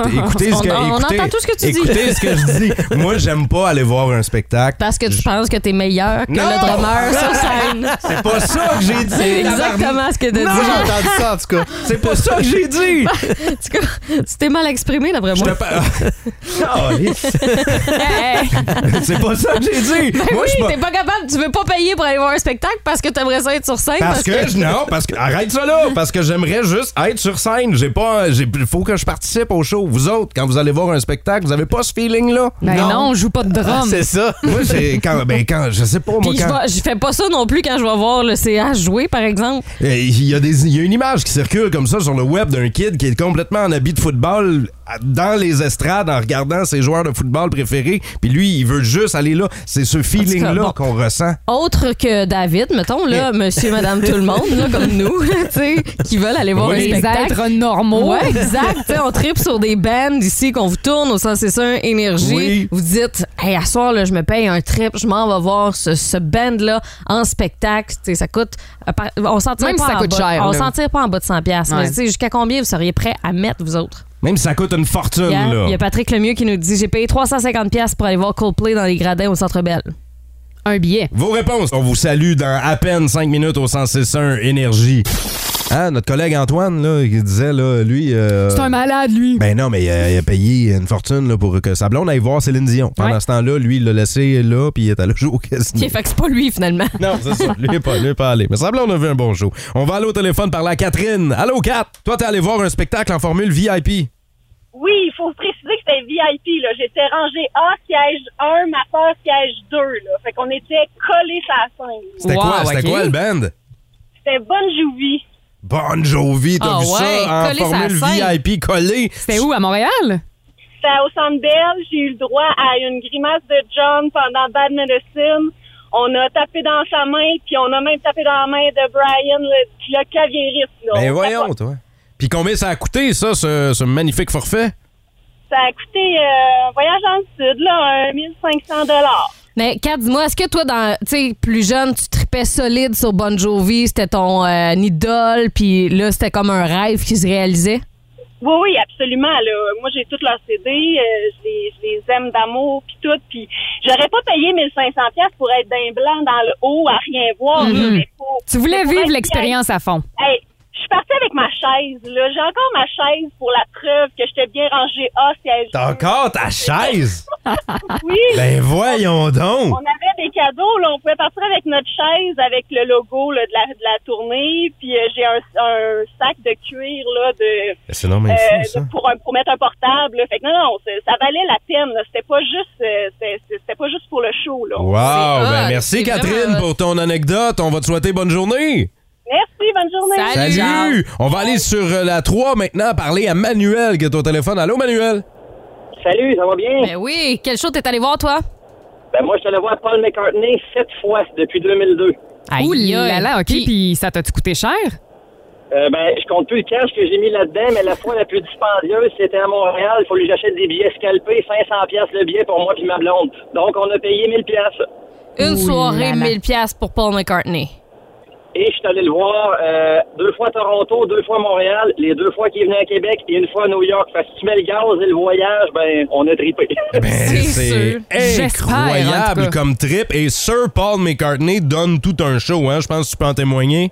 Speaker 5: Écoutez, écoutez ce que,
Speaker 6: On- on
Speaker 5: écoutez-
Speaker 6: entend tout ce que tu dis.
Speaker 5: Écoutez ce que je dis. Moi, j'aime pas aller voir un spectacle.
Speaker 6: Parce que tu penses que t'es meilleur que
Speaker 5: Non!
Speaker 6: le drummer sur scène.
Speaker 5: C'est pas ça que j'ai dit.
Speaker 6: C'est exactement ce que t'as
Speaker 5: Non,
Speaker 6: dit.
Speaker 5: j'ai entendu ça, en tout cas. C'est pas ça que j'ai dit.
Speaker 6: En tout cas, tu t'es mal exprimé, d'après moi.
Speaker 5: Je te parle. C'est pas ça que j'ai dit.
Speaker 6: Ben
Speaker 5: Moi, je
Speaker 6: oui,
Speaker 5: suis pas-
Speaker 6: t'es pas capable, tu veux pas payer pour aller voir un spectacle parce que t'aimerais ça être sur scène.
Speaker 5: Parce que, je- non, parce que arrête ça là, parce que j'aimerais juste être sur scène. J'ai pas, j'ai, faut que je participe au show. Vous autres, quand vous allez voir un spectacle, vous avez pas ce feeling là
Speaker 6: Ben non, on joue pas de drum.
Speaker 5: Moi, j'ai quand, ben quand, je sais pas moi
Speaker 6: Puis je,
Speaker 5: quand.
Speaker 6: vais- je fais pas ça non plus quand je vais voir le CH jouer, par exemple.
Speaker 5: Euh, Il y, a des, il y a une image qui circule comme ça sur le web d'un kid qui est complètement en habit de football à- dans les estrades en regardant ses joueurs de football préférés. Puis lui, il veut juste aller là. C'est ce feeling-là
Speaker 6: bon.
Speaker 5: qu'on ressent.
Speaker 6: Autre que David, mettons, là, monsieur, madame, tout le monde, là, comme nous, tu sais, qui veulent aller voir
Speaker 7: Oui.
Speaker 6: un
Speaker 7: Les
Speaker 6: spectacle.
Speaker 7: êtres normaux.
Speaker 6: Ouais, exact. Tu sais, on tripe sur des bands ici qu'on vous tourne au sens c'est ça, énergie.
Speaker 7: Oui.
Speaker 6: Vous dites, hey, à soir, là, je me paye un trip, je m'en vais voir ce, ce band-là en spectacle. Tu sais, ça coûte. euh, par- On s'en tire
Speaker 7: Même
Speaker 6: pas
Speaker 7: si ça
Speaker 6: en
Speaker 7: coûte
Speaker 6: bas-
Speaker 7: cher,
Speaker 6: On
Speaker 7: là.
Speaker 6: s'en tire pas en bas de 100$. piastres. Mais
Speaker 7: Ouais.
Speaker 6: tu sais, jusqu'à combien vous seriez prêts à mettre, vous autres?
Speaker 5: Même si ça coûte une fortune,
Speaker 6: Il y a-
Speaker 5: là.
Speaker 6: il y a Patrick Lemieux qui nous dit J'ai payé 350$ pour aller voir Coldplay dans les gradins au Centre Bell.
Speaker 7: Un billet.
Speaker 5: Vos réponses. On vous salue dans à peine 5 minutes au 106.1 Énergie. Ah, notre collègue Antoine, là, qui disait, là, lui... euh,
Speaker 7: C'est un malade, lui.
Speaker 5: Ben non, mais euh, il a payé une fortune là, pour que sa blonde aille voir Céline Dion. Pendant ce temps-là, lui, il l'a laissé là, puis il est allé jouer au casino.
Speaker 6: Qui fait que c'est pas lui, finalement.
Speaker 5: Non, c'est ça. Lui, il est pas, lui, il est pas allé. Mais sa blonde a vu un bon show. On va aller au téléphone parler à Catherine. Allô, Kat! Toi, t'es allé voir un spectacle en formule VIP.
Speaker 14: Oui, il faut préciser que c'était VIP. Là. J'étais rangée A, siège 1, ma soeur, siège 2. Là. Fait qu'on était collés sur la scène.
Speaker 5: C'était quoi? C'était quoi le band?
Speaker 14: C'était Bonne Jouvie.
Speaker 5: Bon Jovi, t'as
Speaker 14: Ah
Speaker 5: vu
Speaker 14: ouais,
Speaker 5: ça en
Speaker 14: collé sur la
Speaker 5: formule
Speaker 14: scène.
Speaker 5: VIP collé.
Speaker 7: C'était où, à Montréal?
Speaker 14: C'était au Centre Bell. J'ai eu le droit à une grimace de John pendant Bad Medicine. On a tapé dans sa main, puis on a même tapé dans la main de Brian, le, le claviériste. Là.
Speaker 5: Ben voyons, toi. Puis combien ça a coûté, ça, ce, ce magnifique forfait?
Speaker 14: Ça a coûté euh, un voyage dans le sud, là, un 1500
Speaker 6: Mais Kat, dis-moi, est-ce que toi, dans, tu sais, plus jeune, tu tripais solide sur Bon Jovi, c'était ton euh, idole, puis là, c'était comme un rêve qui se réalisait?
Speaker 14: Oui, oui, absolument. Là. Moi, j'ai toutes leurs CD, euh, je, les, je les aime d'amour, puis tout. Puis j'aurais pas payé 1500 pièces pour être d'un blanc dans le haut à rien voir. là,
Speaker 7: Mhm.
Speaker 14: mais pour-
Speaker 7: Tu voulais
Speaker 14: mais pour
Speaker 7: vivre
Speaker 14: être-
Speaker 7: l'expérience à fond.
Speaker 14: Hey, je suis partie avec ma chaise. là. J'ai encore ma chaise pour la preuve que j'étais bien rangée A, siège.
Speaker 5: T'as encore ta chaise?
Speaker 14: Oui.
Speaker 5: Ben voyons
Speaker 14: On
Speaker 5: donc!
Speaker 14: avait des cadeaux, là. On pouvait partir avec notre chaise, avec le logo là, de, la, de la tournée. Puis euh, j'ai un, un sac de cuir, là, de.
Speaker 5: C'est normal,
Speaker 14: euh,
Speaker 5: ça.
Speaker 14: pour, un- pour mettre un portable. là. Fait que non, non, c'est- ça valait la peine. là. C'était pas juste euh, c'était- c'était pas juste pour le show. Là.
Speaker 5: Wow! Ben merci, Catherine, pour ton anecdote. On va te souhaiter bonne journée!
Speaker 14: Merci, bonne journée.
Speaker 5: On va aller sur euh, la 3 maintenant, parler à Manuel qui est au téléphone. Allô, Manuel?
Speaker 12: Salut, ça va bien?
Speaker 6: Ben oui, quel show t'es allé voir, toi?
Speaker 12: Ben moi, je suis allé voir Paul McCartney sept fois depuis 2002.
Speaker 7: Ouh là là, OK. Puis ça t'a-tu coûté cher?
Speaker 12: Euh, ben, je compte plus le cash que j'ai mis là-dedans, mais la fois la plus dispendieuse, c'était à Montréal. Il faut que j'achète des billets scalpés, 500 pièces le billet pour moi puis ma blonde. Donc, on a payé 1000 pièces.
Speaker 6: Une soirée, 1000 pièces pour Paul McCartney.
Speaker 12: Et je suis allé le voir euh, deux fois à Toronto, deux fois à Montréal, les deux fois qu'il venait à Québec et une fois à New York. Fait que si tu mets le gaz et le voyage, ben, on a tripé.
Speaker 5: C'est
Speaker 12: J'espère, en tout
Speaker 5: incroyable
Speaker 12: cas.
Speaker 5: comme trip. Et Sir Paul McCartney donne tout un show, hein? Je pense que tu peux en témoigner.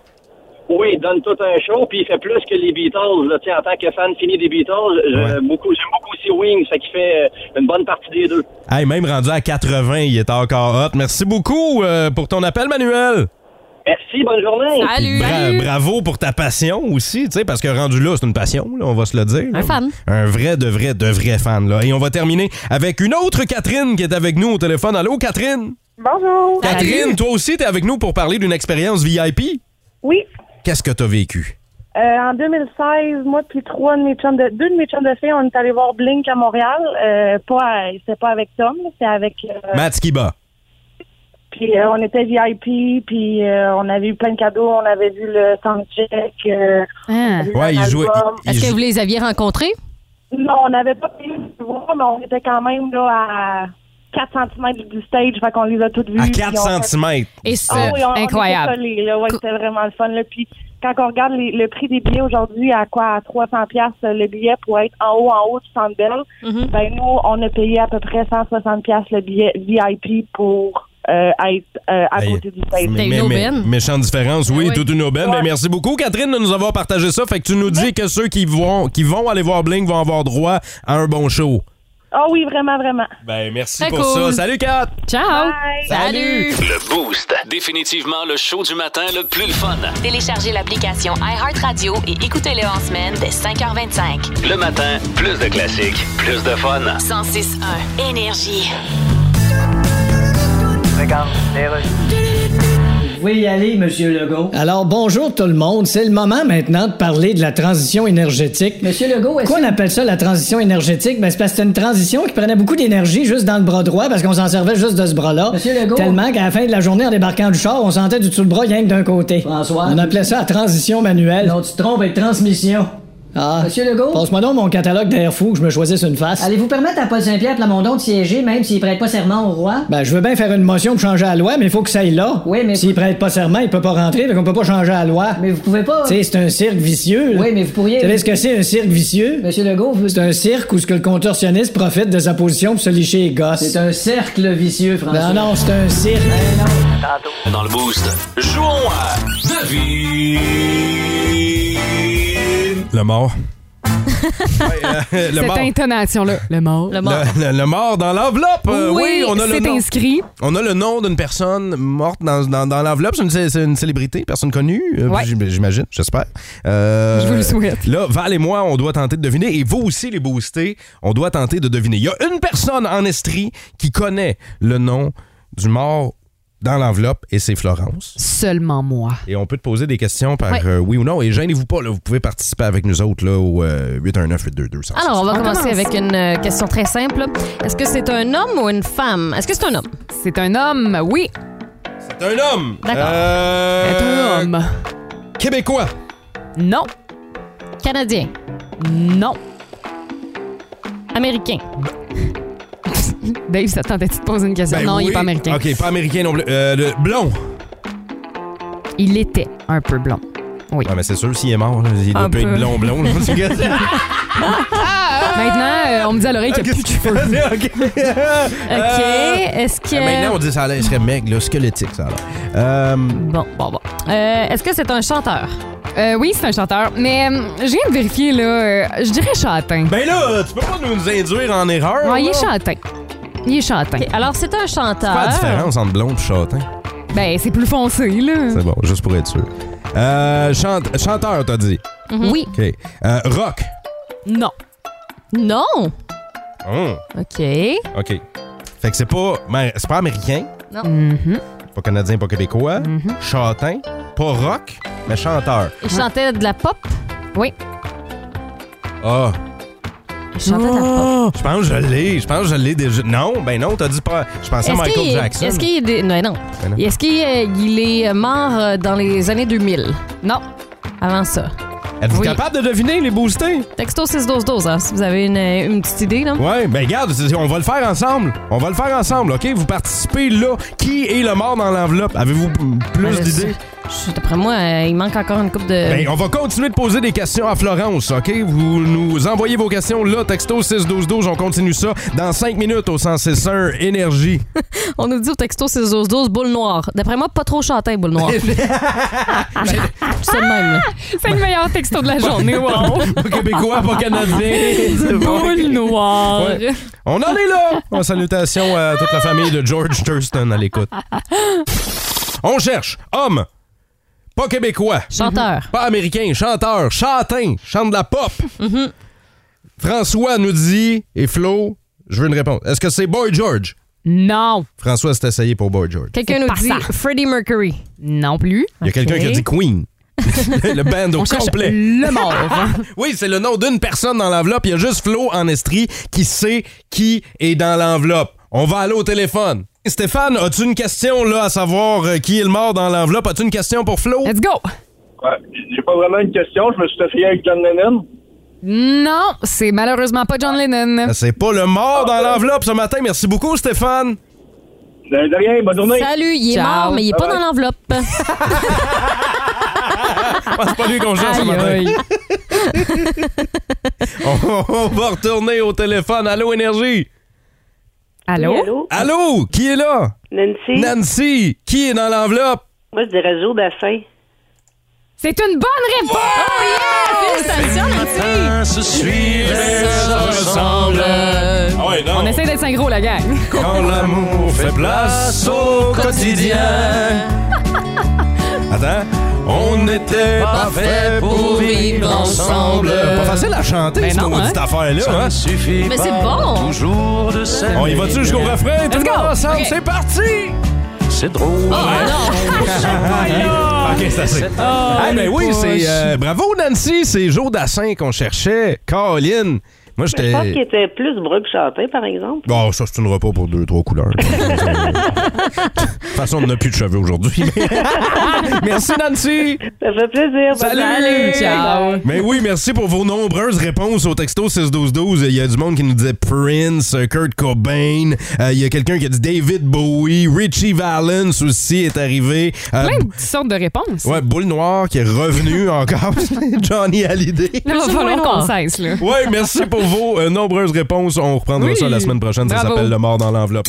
Speaker 12: Oui, il donne tout un show, puis il fait plus que les Beatles. Là. Tu sais, En tant que fan fini des Beatles, je- beaucoup- j'aime beaucoup aussi Wings, ça qui fait euh, une bonne partie des deux.
Speaker 5: Hey, même rendu à 80, il est encore hot. Merci beaucoup euh, pour ton appel, Manuel.
Speaker 12: Merci, bonne journée.
Speaker 5: Puis bra- bravo pour ta passion aussi, tu sais, parce que rendu là, c'est une passion, là, on va se le dire.
Speaker 6: Un
Speaker 5: là.
Speaker 6: fan.
Speaker 5: Un vrai, de vrai, de vrai fan. Là. Et on va terminer avec une autre Catherine qui est avec nous au téléphone. Allô, Catherine?
Speaker 13: Bonjour.
Speaker 5: Catherine, toi aussi, t'es avec nous pour parler d'une expérience VIP?
Speaker 13: Oui.
Speaker 5: Qu'est-ce que t'as vécu?
Speaker 13: Euh, en 2016, moi puis trois de mes chums de deux de mes chums de filles, on est allés voir Blink à Montréal. Euh, pas, à- c'était pas avec Tom, c'était avec. euh,
Speaker 5: Matt Skiba.
Speaker 13: puis euh, on était VIP, puis euh, on avait eu plein de cadeaux, on avait vu le soundcheck. Euh, on avait eu un album.
Speaker 6: Ah. Est-ce que vous les aviez rencontrés?
Speaker 13: Non, on n'avait pas payé pour voir, mais on était quand même là à 4 cm du stage, fait qu'on les a toutes vues.
Speaker 5: À
Speaker 13: puis on
Speaker 5: 4
Speaker 13: fait-
Speaker 5: cm.
Speaker 13: Ah oui, on- on était collés, là. Ouais, c'était vraiment le fun. là. Puis quand on regarde les- le prix des billets aujourd'hui, à quoi? À 300 pièces le billet pour être en haut, en haut du Mhm. Centre Bell. Ben nous, on a payé à peu près 160 pièces le billet VIP pour euh, être euh, à
Speaker 5: Aïe.
Speaker 13: côté du stage.
Speaker 5: Mais- mais- mais- Méchante différence, oui,
Speaker 13: Oui.
Speaker 5: toute une aubaine. Ben, merci beaucoup, Catherine, de nous avoir partagé ça. Fait que tu nous dis que ceux qui vont, qui vont aller voir Blink vont avoir droit à un bon show.
Speaker 13: Ah oui, vraiment, vraiment.
Speaker 5: Ben, merci
Speaker 13: Très
Speaker 5: pour
Speaker 13: cool.
Speaker 5: ça. Salut, Kat!
Speaker 13: Ciao!
Speaker 1: Salut.
Speaker 2: Le Boost. Définitivement le show du matin le plus le fun.
Speaker 1: Téléchargez l'application iHeartRadio et écoutez-le en semaine dès 5h25.
Speaker 2: Le matin, plus de classiques, plus de fun.
Speaker 1: 106.1 Énergie.
Speaker 8: Vous pouvez y aller, Monsieur Legault. Alors, bonjour tout le monde. C'est le moment maintenant de parler de la transition énergétique. Monsieur Legault, est-ce qu'on appelle ça la transition énergétique? Ben, c'est parce que c'est une transition qui prenait beaucoup d'énergie juste dans le bras droit parce qu'on s'en servait juste de ce bras-là.
Speaker 15: Monsieur Legault.
Speaker 8: Tellement qu'à la fin de la journée, en débarquant du char, on sentait du tout le bras rien que d'un côté.
Speaker 15: François.
Speaker 8: On appelait ça la transition manuelle. Non, tu te trompes, avec transmission. Ah.
Speaker 15: Monsieur Legault?
Speaker 8: Passe-moi donc mon catalogue d'air fou que je me choisisse une face.
Speaker 15: Allez-vous permettre à Paul Saint-Pierre Plamondon de siéger, même s'il prête pas serment au roi?
Speaker 8: Ben, je veux bien faire une motion pour changer la loi, mais il faut que ça aille là. Oui, mais. S'il prête pas serment, il peut pas rentrer, donc on peut pas changer la loi. Mais vous pouvez pas. Tu sais, c'est un cirque vicieux. Oui, mais vous pourriez. Vous savez ce que c'est, un cirque vicieux? Monsieur Legault, vous. C'est un cirque où ce que le contorsionniste profite de sa position pour se licher les gosses.
Speaker 15: C'est un cercle vicieux, François.
Speaker 8: Non, non, c'est un cirque.
Speaker 2: Dans le Boost, jouons à Devine.
Speaker 5: Le mort. Ouais, euh, le
Speaker 7: Cette
Speaker 5: mort.
Speaker 7: intonation-là. Le mort.
Speaker 5: Le, le- le mort dans l'enveloppe. Euh,
Speaker 7: Oui,
Speaker 5: on a le
Speaker 7: c'est
Speaker 5: nom.
Speaker 7: inscrit.
Speaker 5: On a le nom d'une personne morte dans, dans, dans l'enveloppe. C'est une, cé- c'est une célébrité, personne connue, euh,
Speaker 7: Ouais.
Speaker 5: j'im- j'imagine, j'espère. Euh,
Speaker 7: Je vous le souhaite.
Speaker 5: Là, Val et moi, on doit tenter de deviner. Et vous aussi, les boostés, on doit tenter de deviner. Il y a une personne en Estrie qui connaît le nom du mort dans l'enveloppe et c'est Florence.
Speaker 7: Seulement moi.
Speaker 5: Et on peut te poser des questions par
Speaker 7: Ouais.
Speaker 5: euh, oui ou non. Et gênez-vous pas, là, vous pouvez participer avec nous autres là, au euh, 819 822
Speaker 6: Alors, on va
Speaker 7: On
Speaker 6: commencer
Speaker 7: commence.
Speaker 6: avec une euh, question très simple. Est-ce que c'est un homme ou une femme? Est-ce que c'est un homme?
Speaker 7: C'est un homme, oui.
Speaker 5: C'est un homme.
Speaker 6: D'accord.
Speaker 5: Euh,
Speaker 7: Un homme.
Speaker 5: Québécois.
Speaker 7: Non.
Speaker 6: Canadien.
Speaker 7: Non.
Speaker 6: Américain.
Speaker 7: Dave, ça te tentait-tu de poser une question?
Speaker 5: Ben
Speaker 7: non, il
Speaker 5: oui.
Speaker 7: est pas américain.
Speaker 5: OK, pas américain non plus. Euh, le blond.
Speaker 7: Il était un peu blond. Oui.
Speaker 5: mais c'est sûr, s'il est mort, là, il
Speaker 7: Un
Speaker 5: doit pas
Speaker 7: peu.
Speaker 5: être blond, blond. là. C'est que-
Speaker 7: Maintenant, euh, on me dit à l'oreille qu'il
Speaker 5: Ah,
Speaker 7: n'y a plus de cheveux.
Speaker 5: OK.
Speaker 6: OK. Est-ce que.
Speaker 5: Euh, Maintenant, on dit ça a l'air- il serait mec, là, squelettique, ça a l'air. Euh,
Speaker 6: Bon, bon, bon. Euh, Est-ce que c'est un chanteur?
Speaker 7: Euh, oui, c'est un chanteur. Mais euh, je viens de vérifier, là. euh, je dirais châtain.
Speaker 5: Ben là, tu peux pas nous induire en erreur.
Speaker 7: Ouais, il
Speaker 5: là.
Speaker 7: est châtain. Il est châtain.
Speaker 6: alors, c'est un chanteur.
Speaker 5: Pas la différence entre blond et châtain.
Speaker 7: Ben, c'est plus foncé, là.
Speaker 5: C'est bon, juste pour être sûr. Euh, chante- chanteur, t'as dit.
Speaker 7: Mhm. Oui.
Speaker 5: OK. Euh, rock.
Speaker 7: Non.
Speaker 6: Non.
Speaker 5: Oh,
Speaker 6: OK.
Speaker 5: OK. Fait que c'est pas, mais c'est pas américain,
Speaker 6: Non.
Speaker 15: Mhm.
Speaker 5: pas canadien, pas québécois.
Speaker 6: Mm-hmm.
Speaker 5: Châtain, pas rock, mais chanteur.
Speaker 6: Il chantait de la pop?
Speaker 7: Oui.
Speaker 5: Ah, Oh!
Speaker 6: Il chantait de la pop.
Speaker 5: Je pense que je l'ai. Je pense que je l'ai déjà. Non, ben non, t'as dit pas. Je pensais à
Speaker 6: Est-ce
Speaker 5: Michael
Speaker 6: qu'il-
Speaker 5: Jackson.
Speaker 6: Est-ce qu'il est, des- non, non.
Speaker 5: Ben non.
Speaker 6: Est-ce qu'il est, il est mort euh, dans les années 2000?
Speaker 7: Non.
Speaker 6: Avant ça.
Speaker 5: Êtes-vous
Speaker 6: Oui.
Speaker 5: capable de deviner les boostés?
Speaker 6: Texto 61212, hein, si vous avez une, une petite idée. Là.
Speaker 5: Ouais, ben regarde, c'est- on va le faire ensemble. On va le faire ensemble, OK? Vous participez là. Qui est le mort dans l'enveloppe? Avez-vous p-
Speaker 6: Ben,
Speaker 5: plus
Speaker 6: je
Speaker 5: d'idées?
Speaker 6: sais- je- D'après moi, euh, il manque encore une coupe de.
Speaker 5: Ben, on va continuer de poser des questions à Florence, OK? Vous nous envoyez vos questions là, texto 61212. On continue ça dans 5 minutes au 161 Énergie.
Speaker 6: On nous dit au texto 61212 boule noire. D'après moi, pas trop chantin, boule noire.
Speaker 5: Ah
Speaker 6: C'est le même. là.
Speaker 7: C'est le meilleur texto de la journée, wow. Ah.
Speaker 5: Pas Québécois, pas Canadien. C'est bon.
Speaker 7: Boule noire.
Speaker 5: Ouais. On en est là! Oh, salutations à toute la famille de George Thurston à l'écoute. On cherche homme, pas québécois. Mm-hmm.
Speaker 6: Chanteur.
Speaker 5: Pas américain, chanteur, chantin, chante de la pop. François nous dit, et Flo, je veux une réponse. Est-ce que c'est Boy George?
Speaker 7: Non.
Speaker 5: François s'est essayé pour Boy George.
Speaker 6: Quelqu'un
Speaker 7: C'est
Speaker 6: nous
Speaker 7: pas
Speaker 6: dit
Speaker 7: ça.
Speaker 6: Freddie Mercury.
Speaker 7: Non plus.
Speaker 5: Il y a quelqu'un qui a dit Queen. le band au
Speaker 7: On cherche
Speaker 5: complet.
Speaker 7: le mort.
Speaker 5: Oui, c'est le nom d'une personne dans l'enveloppe. Il y a juste Flo en estrie qui sait qui est dans l'enveloppe. On va aller au téléphone. Stéphane, as-tu une question là à savoir euh, qui est le mort dans l'enveloppe? As-tu une question pour Flo?
Speaker 7: Let's go.
Speaker 12: Ouais, J'ai pas vraiment une question. Je me suis fait avec John Lennon.
Speaker 7: Non, c'est malheureusement pas John Lennon.
Speaker 5: Ah, C'est pas le mort dans l'enveloppe ce matin. Merci beaucoup, Stéphane.
Speaker 12: De rien, bonne journée.
Speaker 6: Salut, il est
Speaker 7: Ciao.
Speaker 6: mort, mais il est pas
Speaker 12: Bye
Speaker 6: dans l'enveloppe.
Speaker 5: Ah, C'est pas lui qu'on gère ce
Speaker 7: Aïe,
Speaker 5: matin.
Speaker 7: aïe.
Speaker 5: On, on va retourner au téléphone. Allô, Énergie?
Speaker 7: Allô?
Speaker 16: Oui, allô?
Speaker 5: Allô? Qui est là?
Speaker 16: Nancy?
Speaker 5: Nancy, qui est dans l'enveloppe?
Speaker 16: Moi, je dirais Joe Dassin.
Speaker 7: C'est une bonne réponse! Oh,
Speaker 5: Ah,
Speaker 2: se suivent et se
Speaker 7: ressemblent.
Speaker 5: Ah
Speaker 7: On essaie d'être synchro, la gang.
Speaker 5: Quand l'amour fait place au quotidien. Attends. On était
Speaker 2: Pas fait pour vivre ensemble.
Speaker 5: Pas facile à chanter,
Speaker 2: Ben
Speaker 5: cette
Speaker 2: non,
Speaker 5: maudite
Speaker 2: hein?
Speaker 5: affaire-là.
Speaker 2: Ça ne suffit Mais c'est pas bon.
Speaker 5: Toujours de On y va-tu jusqu'au refrain? Tout le monde ensemble, c'est parti! C'est drôle.
Speaker 2: Oh,
Speaker 17: Oh,
Speaker 5: ok, c'est assez.
Speaker 2: Ah,
Speaker 5: Ah, mais
Speaker 2: les
Speaker 5: oui,
Speaker 2: poches.
Speaker 5: c'est. euh, bravo, Nancy, c'est Joe Dassin qu'on cherchait. Caroline. Moi,
Speaker 16: Je pense qu'il
Speaker 5: j'étais.
Speaker 16: était plus breu que chanté, par exemple.
Speaker 5: Bon, ça, c'est une repas pour deux, trois couleurs. De toute façon, on n'a plus de cheveux aujourd'hui. mais- Merci, Nancy.
Speaker 16: Ça fait plaisir. Bonne journée.
Speaker 5: Mais Ben oui, merci pour vos nombreuses réponses au texto 61212. Il y a du monde qui nous disait Prince, euh, Kurt Cobain. Euh, Il y a quelqu'un qui a dit David Bowie. Richie Valens aussi est arrivé. Euh,
Speaker 6: Ah.
Speaker 7: Plein de petites sortes de réponses.
Speaker 5: Ouais, Boule Noire qui est revenu encore. Johnny Hallyday.
Speaker 7: Là, va falloir qu'on cesse, là.
Speaker 5: Ouais, merci pour vos euh, nombreuses réponses. On reprendra
Speaker 1: Oui.
Speaker 5: ça la semaine prochaine. Ça
Speaker 1: Bravo.
Speaker 5: s'appelle Le mort dans l'enveloppe.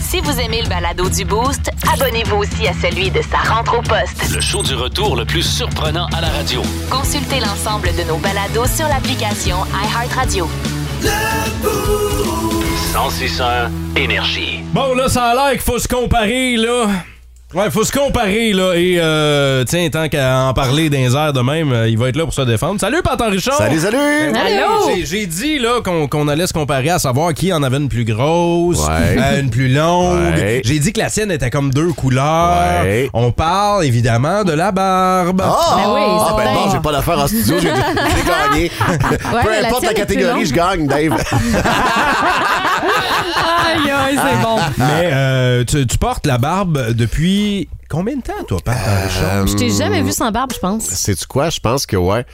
Speaker 1: Si vous aimez le balado du Boost, abonnez-vous aussi à celui de sa rentre au poste.
Speaker 2: Le show du retour le plus surprenant à la radio.
Speaker 1: Consultez l'ensemble de nos balados sur l'application iHeartRadio.
Speaker 2: 1061 Énergie.
Speaker 5: Bon, là, ça a l'air qu'il faut se comparer, là. Ouais, faut se comparer, là. Et, euh, tiens, tant qu'à en parler d'un air de même, euh, il va être là pour se défendre. Salut, Pantan Richard!
Speaker 2: Salut, salut!
Speaker 5: Ben oui,
Speaker 2: Allô!
Speaker 5: j'ai- J'ai dit, là, qu'on qu'on allait se comparer à savoir qui en avait une plus grosse,
Speaker 17: Ouais.
Speaker 5: euh, une plus longue.
Speaker 17: Ouais.
Speaker 5: J'ai dit que la sienne était comme deux couleurs. On parle, évidemment, de la barbe.
Speaker 17: Ah! Ah, ben non, j'ai pas l'affaire en studio, j'ai j'ai gagné.
Speaker 5: Ouais,
Speaker 17: Peu
Speaker 5: la
Speaker 17: importe
Speaker 5: tienne
Speaker 17: la
Speaker 5: est plus longue.
Speaker 17: catégorie, je gagne, Dave.
Speaker 7: Aïe, aïe, c'est bon.
Speaker 5: Ah. Mais euh, tu, tu portes la barbe depuis combien de temps, toi, Pantan
Speaker 17: Euh,
Speaker 5: Richard?
Speaker 6: Je t'ai jamais vu sans barbe, je pense.
Speaker 17: Sais-tu quoi? Je pense que, ouais,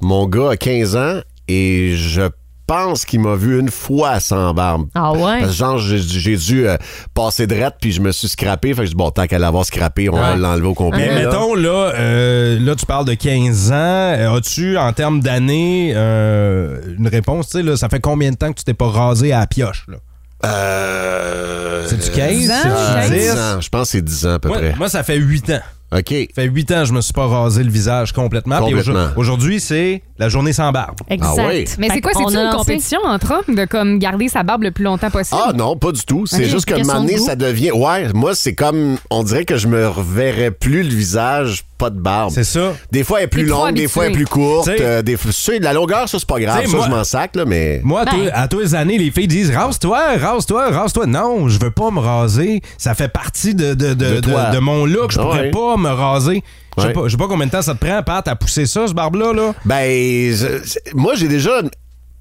Speaker 17: mon gars a 15 ans et je pense qu'il m'a vu une fois sans barbe.
Speaker 6: Ah ouais?
Speaker 17: Parce que genre, j'ai- j'ai dû euh, passer de rate puis je me suis scrappé. Fait que je dis, bon, tant qu'à l'avoir scrappé, on va
Speaker 5: Ouais.
Speaker 17: l'enlever au complet.
Speaker 5: Mais
Speaker 17: là.
Speaker 5: mettons, là, euh, là, tu parles de 15 ans. Euh, As-tu, en termes d'années, euh, une réponse? Tu sais, là, ça fait combien de temps que tu t'es pas rasé à la pioche? Là? C'est-tu 15? C'est-tu 10?
Speaker 17: 10 Euh, ans. Je pense que c'est 10 ans à peu
Speaker 5: Moi,
Speaker 17: près.
Speaker 5: moi, ça fait 8 ans.
Speaker 17: OK.
Speaker 5: Ça fait 8 ans que je me suis pas rasé le visage complètement. Puis
Speaker 17: Complètement. Ah
Speaker 5: aujourd'hui- Aujourd'hui, c'est la journée sans barbe.
Speaker 7: Mais c'est quoi,
Speaker 6: Ah qu'on
Speaker 7: c'est-tu
Speaker 6: a
Speaker 7: une
Speaker 6: lancé-
Speaker 7: compétition entre hommes de comme garder sa barbe le plus longtemps possible?
Speaker 5: Hein?
Speaker 17: Ah non, pas du tout. C'est
Speaker 7: Ok,
Speaker 17: juste que
Speaker 7: question de
Speaker 17: maintenant,
Speaker 7: goût.
Speaker 17: ça devient. Ouais, moi, c'est comme. On dirait que je me reverrais plus le visage, pas de barbe. C'est
Speaker 5: ça.
Speaker 17: Des fois, elle est plus
Speaker 5: T'es trop
Speaker 17: longue, des
Speaker 5: habitué.
Speaker 17: fois, elle est plus courte.
Speaker 5: T'sais-
Speaker 17: euh, des... fois- ça, la longueur, ça, c'est pas grave.
Speaker 5: T'sais,
Speaker 17: Ça,
Speaker 5: moi-
Speaker 17: je m'en sac, là, mais.
Speaker 5: Moi, à, tous- à tous les années, les filles disent Rase-toi, rase-toi, rase-toi. Non, je veux pas me raser. Ça fait partie de, de, de,
Speaker 17: De toi.
Speaker 5: de- de mon look. Je pourrais
Speaker 17: Ouais.
Speaker 5: pas me raser. Je sais
Speaker 17: Ouais.
Speaker 5: pas, je sais pas combien de temps ça te prend, Pat, à pousser ça, ce barbe-là. Là.
Speaker 17: Ben, je- je- moi, j'ai déjà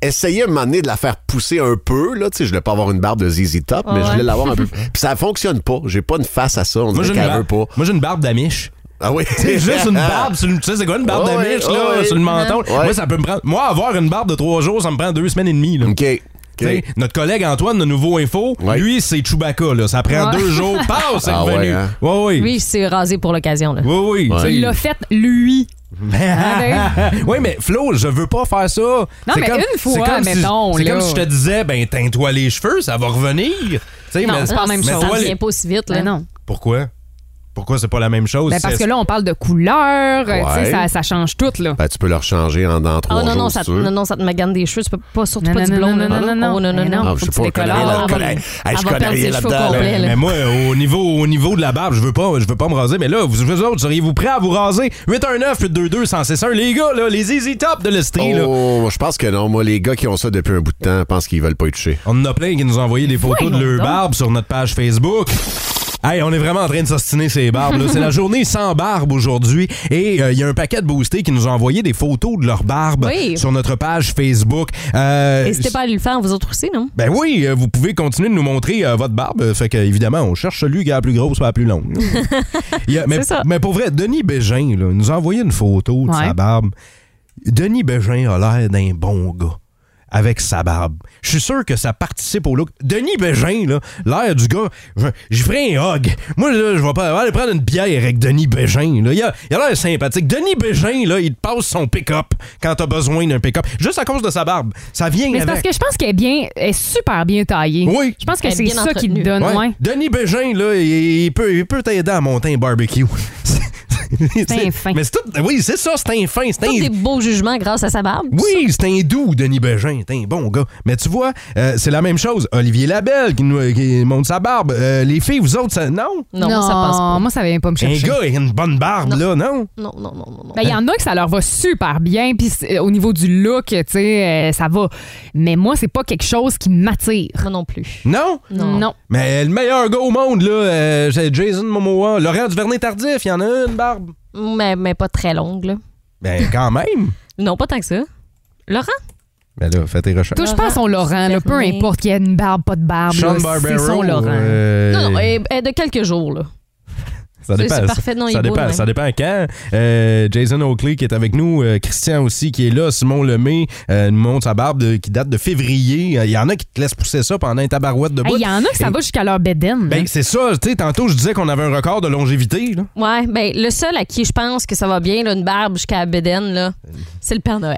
Speaker 17: essayé à un moment donné de la faire pousser un peu. Là, tu sais, je voulais pas avoir une barbe de ZZ Top, mais
Speaker 5: Ouais.
Speaker 17: je voulais l'avoir un peu. Puis ça fonctionne pas. J'ai pas une face à ça. On
Speaker 5: Moi,
Speaker 17: dirait
Speaker 5: j'ai une
Speaker 17: qu'elle
Speaker 5: barbe-
Speaker 17: veut pas.
Speaker 5: Moi, j'ai une barbe d'amiche.
Speaker 17: Ah oui?
Speaker 5: C'est juste une barbe. sur le- Tu sais, c'est quoi une barbe
Speaker 17: Ouais,
Speaker 5: d'amiche,
Speaker 17: ouais,
Speaker 5: là,
Speaker 17: ouais.
Speaker 5: sur le menton?
Speaker 17: Ouais.
Speaker 5: Moi, ça peut me prendre. Moi, avoir une barbe de trois jours, ça me prend deux semaines et demie, là. Tu sais, Notre collègue Antoine de Nouveau Info, lui, c'est Chewbacca, là. Ça prend
Speaker 6: Ouais.
Speaker 5: deux jours. Paf, c'est
Speaker 17: Ah ouais,
Speaker 5: revenu.
Speaker 17: hein?
Speaker 5: Ouais, ouais.
Speaker 6: Lui, il s'est rasé pour l'occasion. là.
Speaker 5: Oh Oui, oui. tu sais.
Speaker 7: Il l'a faite, lui.
Speaker 6: Hein,
Speaker 5: Hein? oui, mais Flo, je veux pas faire ça. Non,
Speaker 7: mais une fois,
Speaker 5: c'est comme si-
Speaker 7: mettons,
Speaker 5: C'est
Speaker 7: là.
Speaker 5: comme si je te disais, ben, teins-toi les cheveux, ça va revenir. Tu sais,
Speaker 7: Non,
Speaker 5: mais-
Speaker 7: c'est pas la même
Speaker 5: mais
Speaker 7: chose.
Speaker 5: toi,
Speaker 7: Ça
Speaker 5: les-
Speaker 7: vient
Speaker 6: pas aussi vite, là.
Speaker 7: Ben non.
Speaker 5: Pourquoi? Pourquoi c'est pas la même chose?
Speaker 7: Ben, parce
Speaker 5: C'est-
Speaker 7: que là, on parle de couleur, euh, tu sais,
Speaker 17: Ouais.
Speaker 7: ça, ça change tout, là.
Speaker 17: Ben, tu peux le rechanger en, dans trois
Speaker 6: Ah non,
Speaker 17: jours,
Speaker 6: non,
Speaker 17: si
Speaker 6: ça, te-
Speaker 17: tu veux.
Speaker 6: non, non, ça te magane des cheveux. Tu peux pas, surtout
Speaker 7: Non,
Speaker 6: pas
Speaker 7: non,
Speaker 6: du
Speaker 7: non,
Speaker 6: blond.
Speaker 7: non,
Speaker 6: là.
Speaker 7: non, non,
Speaker 6: Oh, non, non, non.
Speaker 17: Ah, je
Speaker 6: Faut
Speaker 17: sais
Speaker 6: que tu
Speaker 17: pas, je connais rien,
Speaker 6: décolores.
Speaker 17: là, je
Speaker 6: Ah,
Speaker 17: connais-
Speaker 6: oui.
Speaker 17: Hey, je
Speaker 6: Elle va
Speaker 17: connais
Speaker 6: perdre
Speaker 17: rien
Speaker 6: ses cheveux au
Speaker 17: là-dedans, là.
Speaker 6: complet, là.
Speaker 5: Mais moi, euh, au niveau, au niveau de la barbe, je veux pas, je veux pas me raser. Mais là, vous, vous autres, seriez-vous prêts à vous raser? 819 822 161 Les gars, là, les easy top de l'Estrie, là.
Speaker 17: Oh, je pense que non. Moi, les gars qui ont ça depuis un bout de temps, je pense qu'ils veulent pas y toucher.
Speaker 5: On en a plein qui nous ont envoyé des photos
Speaker 17: Voyons
Speaker 5: de leur
Speaker 17: donc.
Speaker 5: barbe sur notre page Facebook. Hey, on est vraiment en train de s'ostiner ces barbes. là. C'est la journée sans barbe aujourd'hui. Et euh, il y a un paquet de boostés qui nous ont envoyé des photos de leur barbe
Speaker 6: Oui.
Speaker 5: sur notre page Facebook. Euh,
Speaker 6: N'hésitez pas à lui le faire, vous autres aussi,
Speaker 7: Hein?
Speaker 6: non?
Speaker 5: ben oui, euh, vous pouvez continuer de nous montrer euh, votre barbe. Euh, Fait que, évidemment, on cherche celui qui a la plus grosse ou la plus longue. Il y a- mais, mais pour vrai, Denis Bégin, là, il nous a envoyé une photo de
Speaker 2: Ouais.
Speaker 5: sa barbe. Denis Bégin a l'air d'un bon gars. avec sa barbe. Je suis sûr que ça participe au look. Denis Bégin, là, l'air du gars, je, je ferais un hug. Moi, là, je vais pas aller prendre une bière avec Denis Bégin. Là. Il a il a l'air sympathique. Denis Bégin, là, il te passe son pick-up quand t'as besoin d'un pick-up. Juste à cause de sa barbe. Ça vient
Speaker 7: Mais c'est
Speaker 5: avec.
Speaker 7: parce que je pense qu'elle est bien, elle est super bien taillée.
Speaker 5: Oui.
Speaker 7: Je pense que c'est ça qui te donne,
Speaker 5: Ouais.
Speaker 7: ouais.
Speaker 5: Denis Bégin, là, il, il peut il peut t'aider à monter un barbecue. C'est un fin. Mais c'est tout, oui, c'est ça, c'est un fin.
Speaker 17: Ben,
Speaker 5: C'est un,
Speaker 6: Tous des beaux jugements grâce à sa barbe.
Speaker 5: oui, c'est un doux, Denis Bégin. C'est un bon gars. Mais tu vois, euh, c'est la même chose. Olivier Labelle qui, nous, qui monte sa barbe. Euh, les filles, vous autres, ça, non?
Speaker 7: Non, moi, ça passe pas. Moi, ça vient pas me
Speaker 5: Un
Speaker 7: chercher.
Speaker 5: gars, il a une bonne barbe, là, non?
Speaker 6: Non, non, non, non.
Speaker 7: Ben, il y en a que ça leur va super bien, puis c'est- au niveau du look, tu sais, euh, ça va. Mais moi, c'est pas quelque chose qui m'attire. Moi
Speaker 6: non plus.
Speaker 5: Non?
Speaker 7: Non.
Speaker 5: Mais le meilleur gars au monde, là, euh, c'est Jason Momoa. Laurent Duvernay-Tardif, il y en a une barbe.
Speaker 6: Mais, mais pas très longue, là.
Speaker 5: Ben, quand même.
Speaker 6: Non, pas tant que ça. Laurent?
Speaker 5: Ben là, fais tes recherches.
Speaker 7: Touche pas à son Laurent, là, peu
Speaker 6: Fermé.
Speaker 7: importe qu'il y a une barbe, pas de barbe.
Speaker 5: Sean
Speaker 7: là, C'est
Speaker 5: Barbero,
Speaker 7: son Laurent.
Speaker 5: euh,
Speaker 6: Non, non, elle- elle est de quelques jours, là.
Speaker 5: Ça
Speaker 6: C'est-
Speaker 5: dépend.
Speaker 6: c'est parfait, non, il
Speaker 5: ça
Speaker 6: est beau,
Speaker 5: dépend,
Speaker 7: hein.
Speaker 6: ouais.
Speaker 5: ça dépend quand. Euh, Jason Oakley qui est avec nous, euh, Christian aussi qui est là, Simon Lemay euh, nous montre sa barbe de- qui date de février. Euh, Il y en a qui te laissent pousser ça pendant une tabarouette de
Speaker 7: Hey,
Speaker 5: bout.
Speaker 7: Il y en a que ça
Speaker 5: Et-
Speaker 7: va hein. jusqu'à leur bédaine.
Speaker 5: Ben, c'est ça, tu sais, tantôt je disais qu'on avait un record de longévité. Là.
Speaker 6: Ouais, ben le seul à qui je pense que ça va bien, là, une barbe jusqu'à la bédaine, là,
Speaker 17: Ben.
Speaker 6: c'est le Père Noël.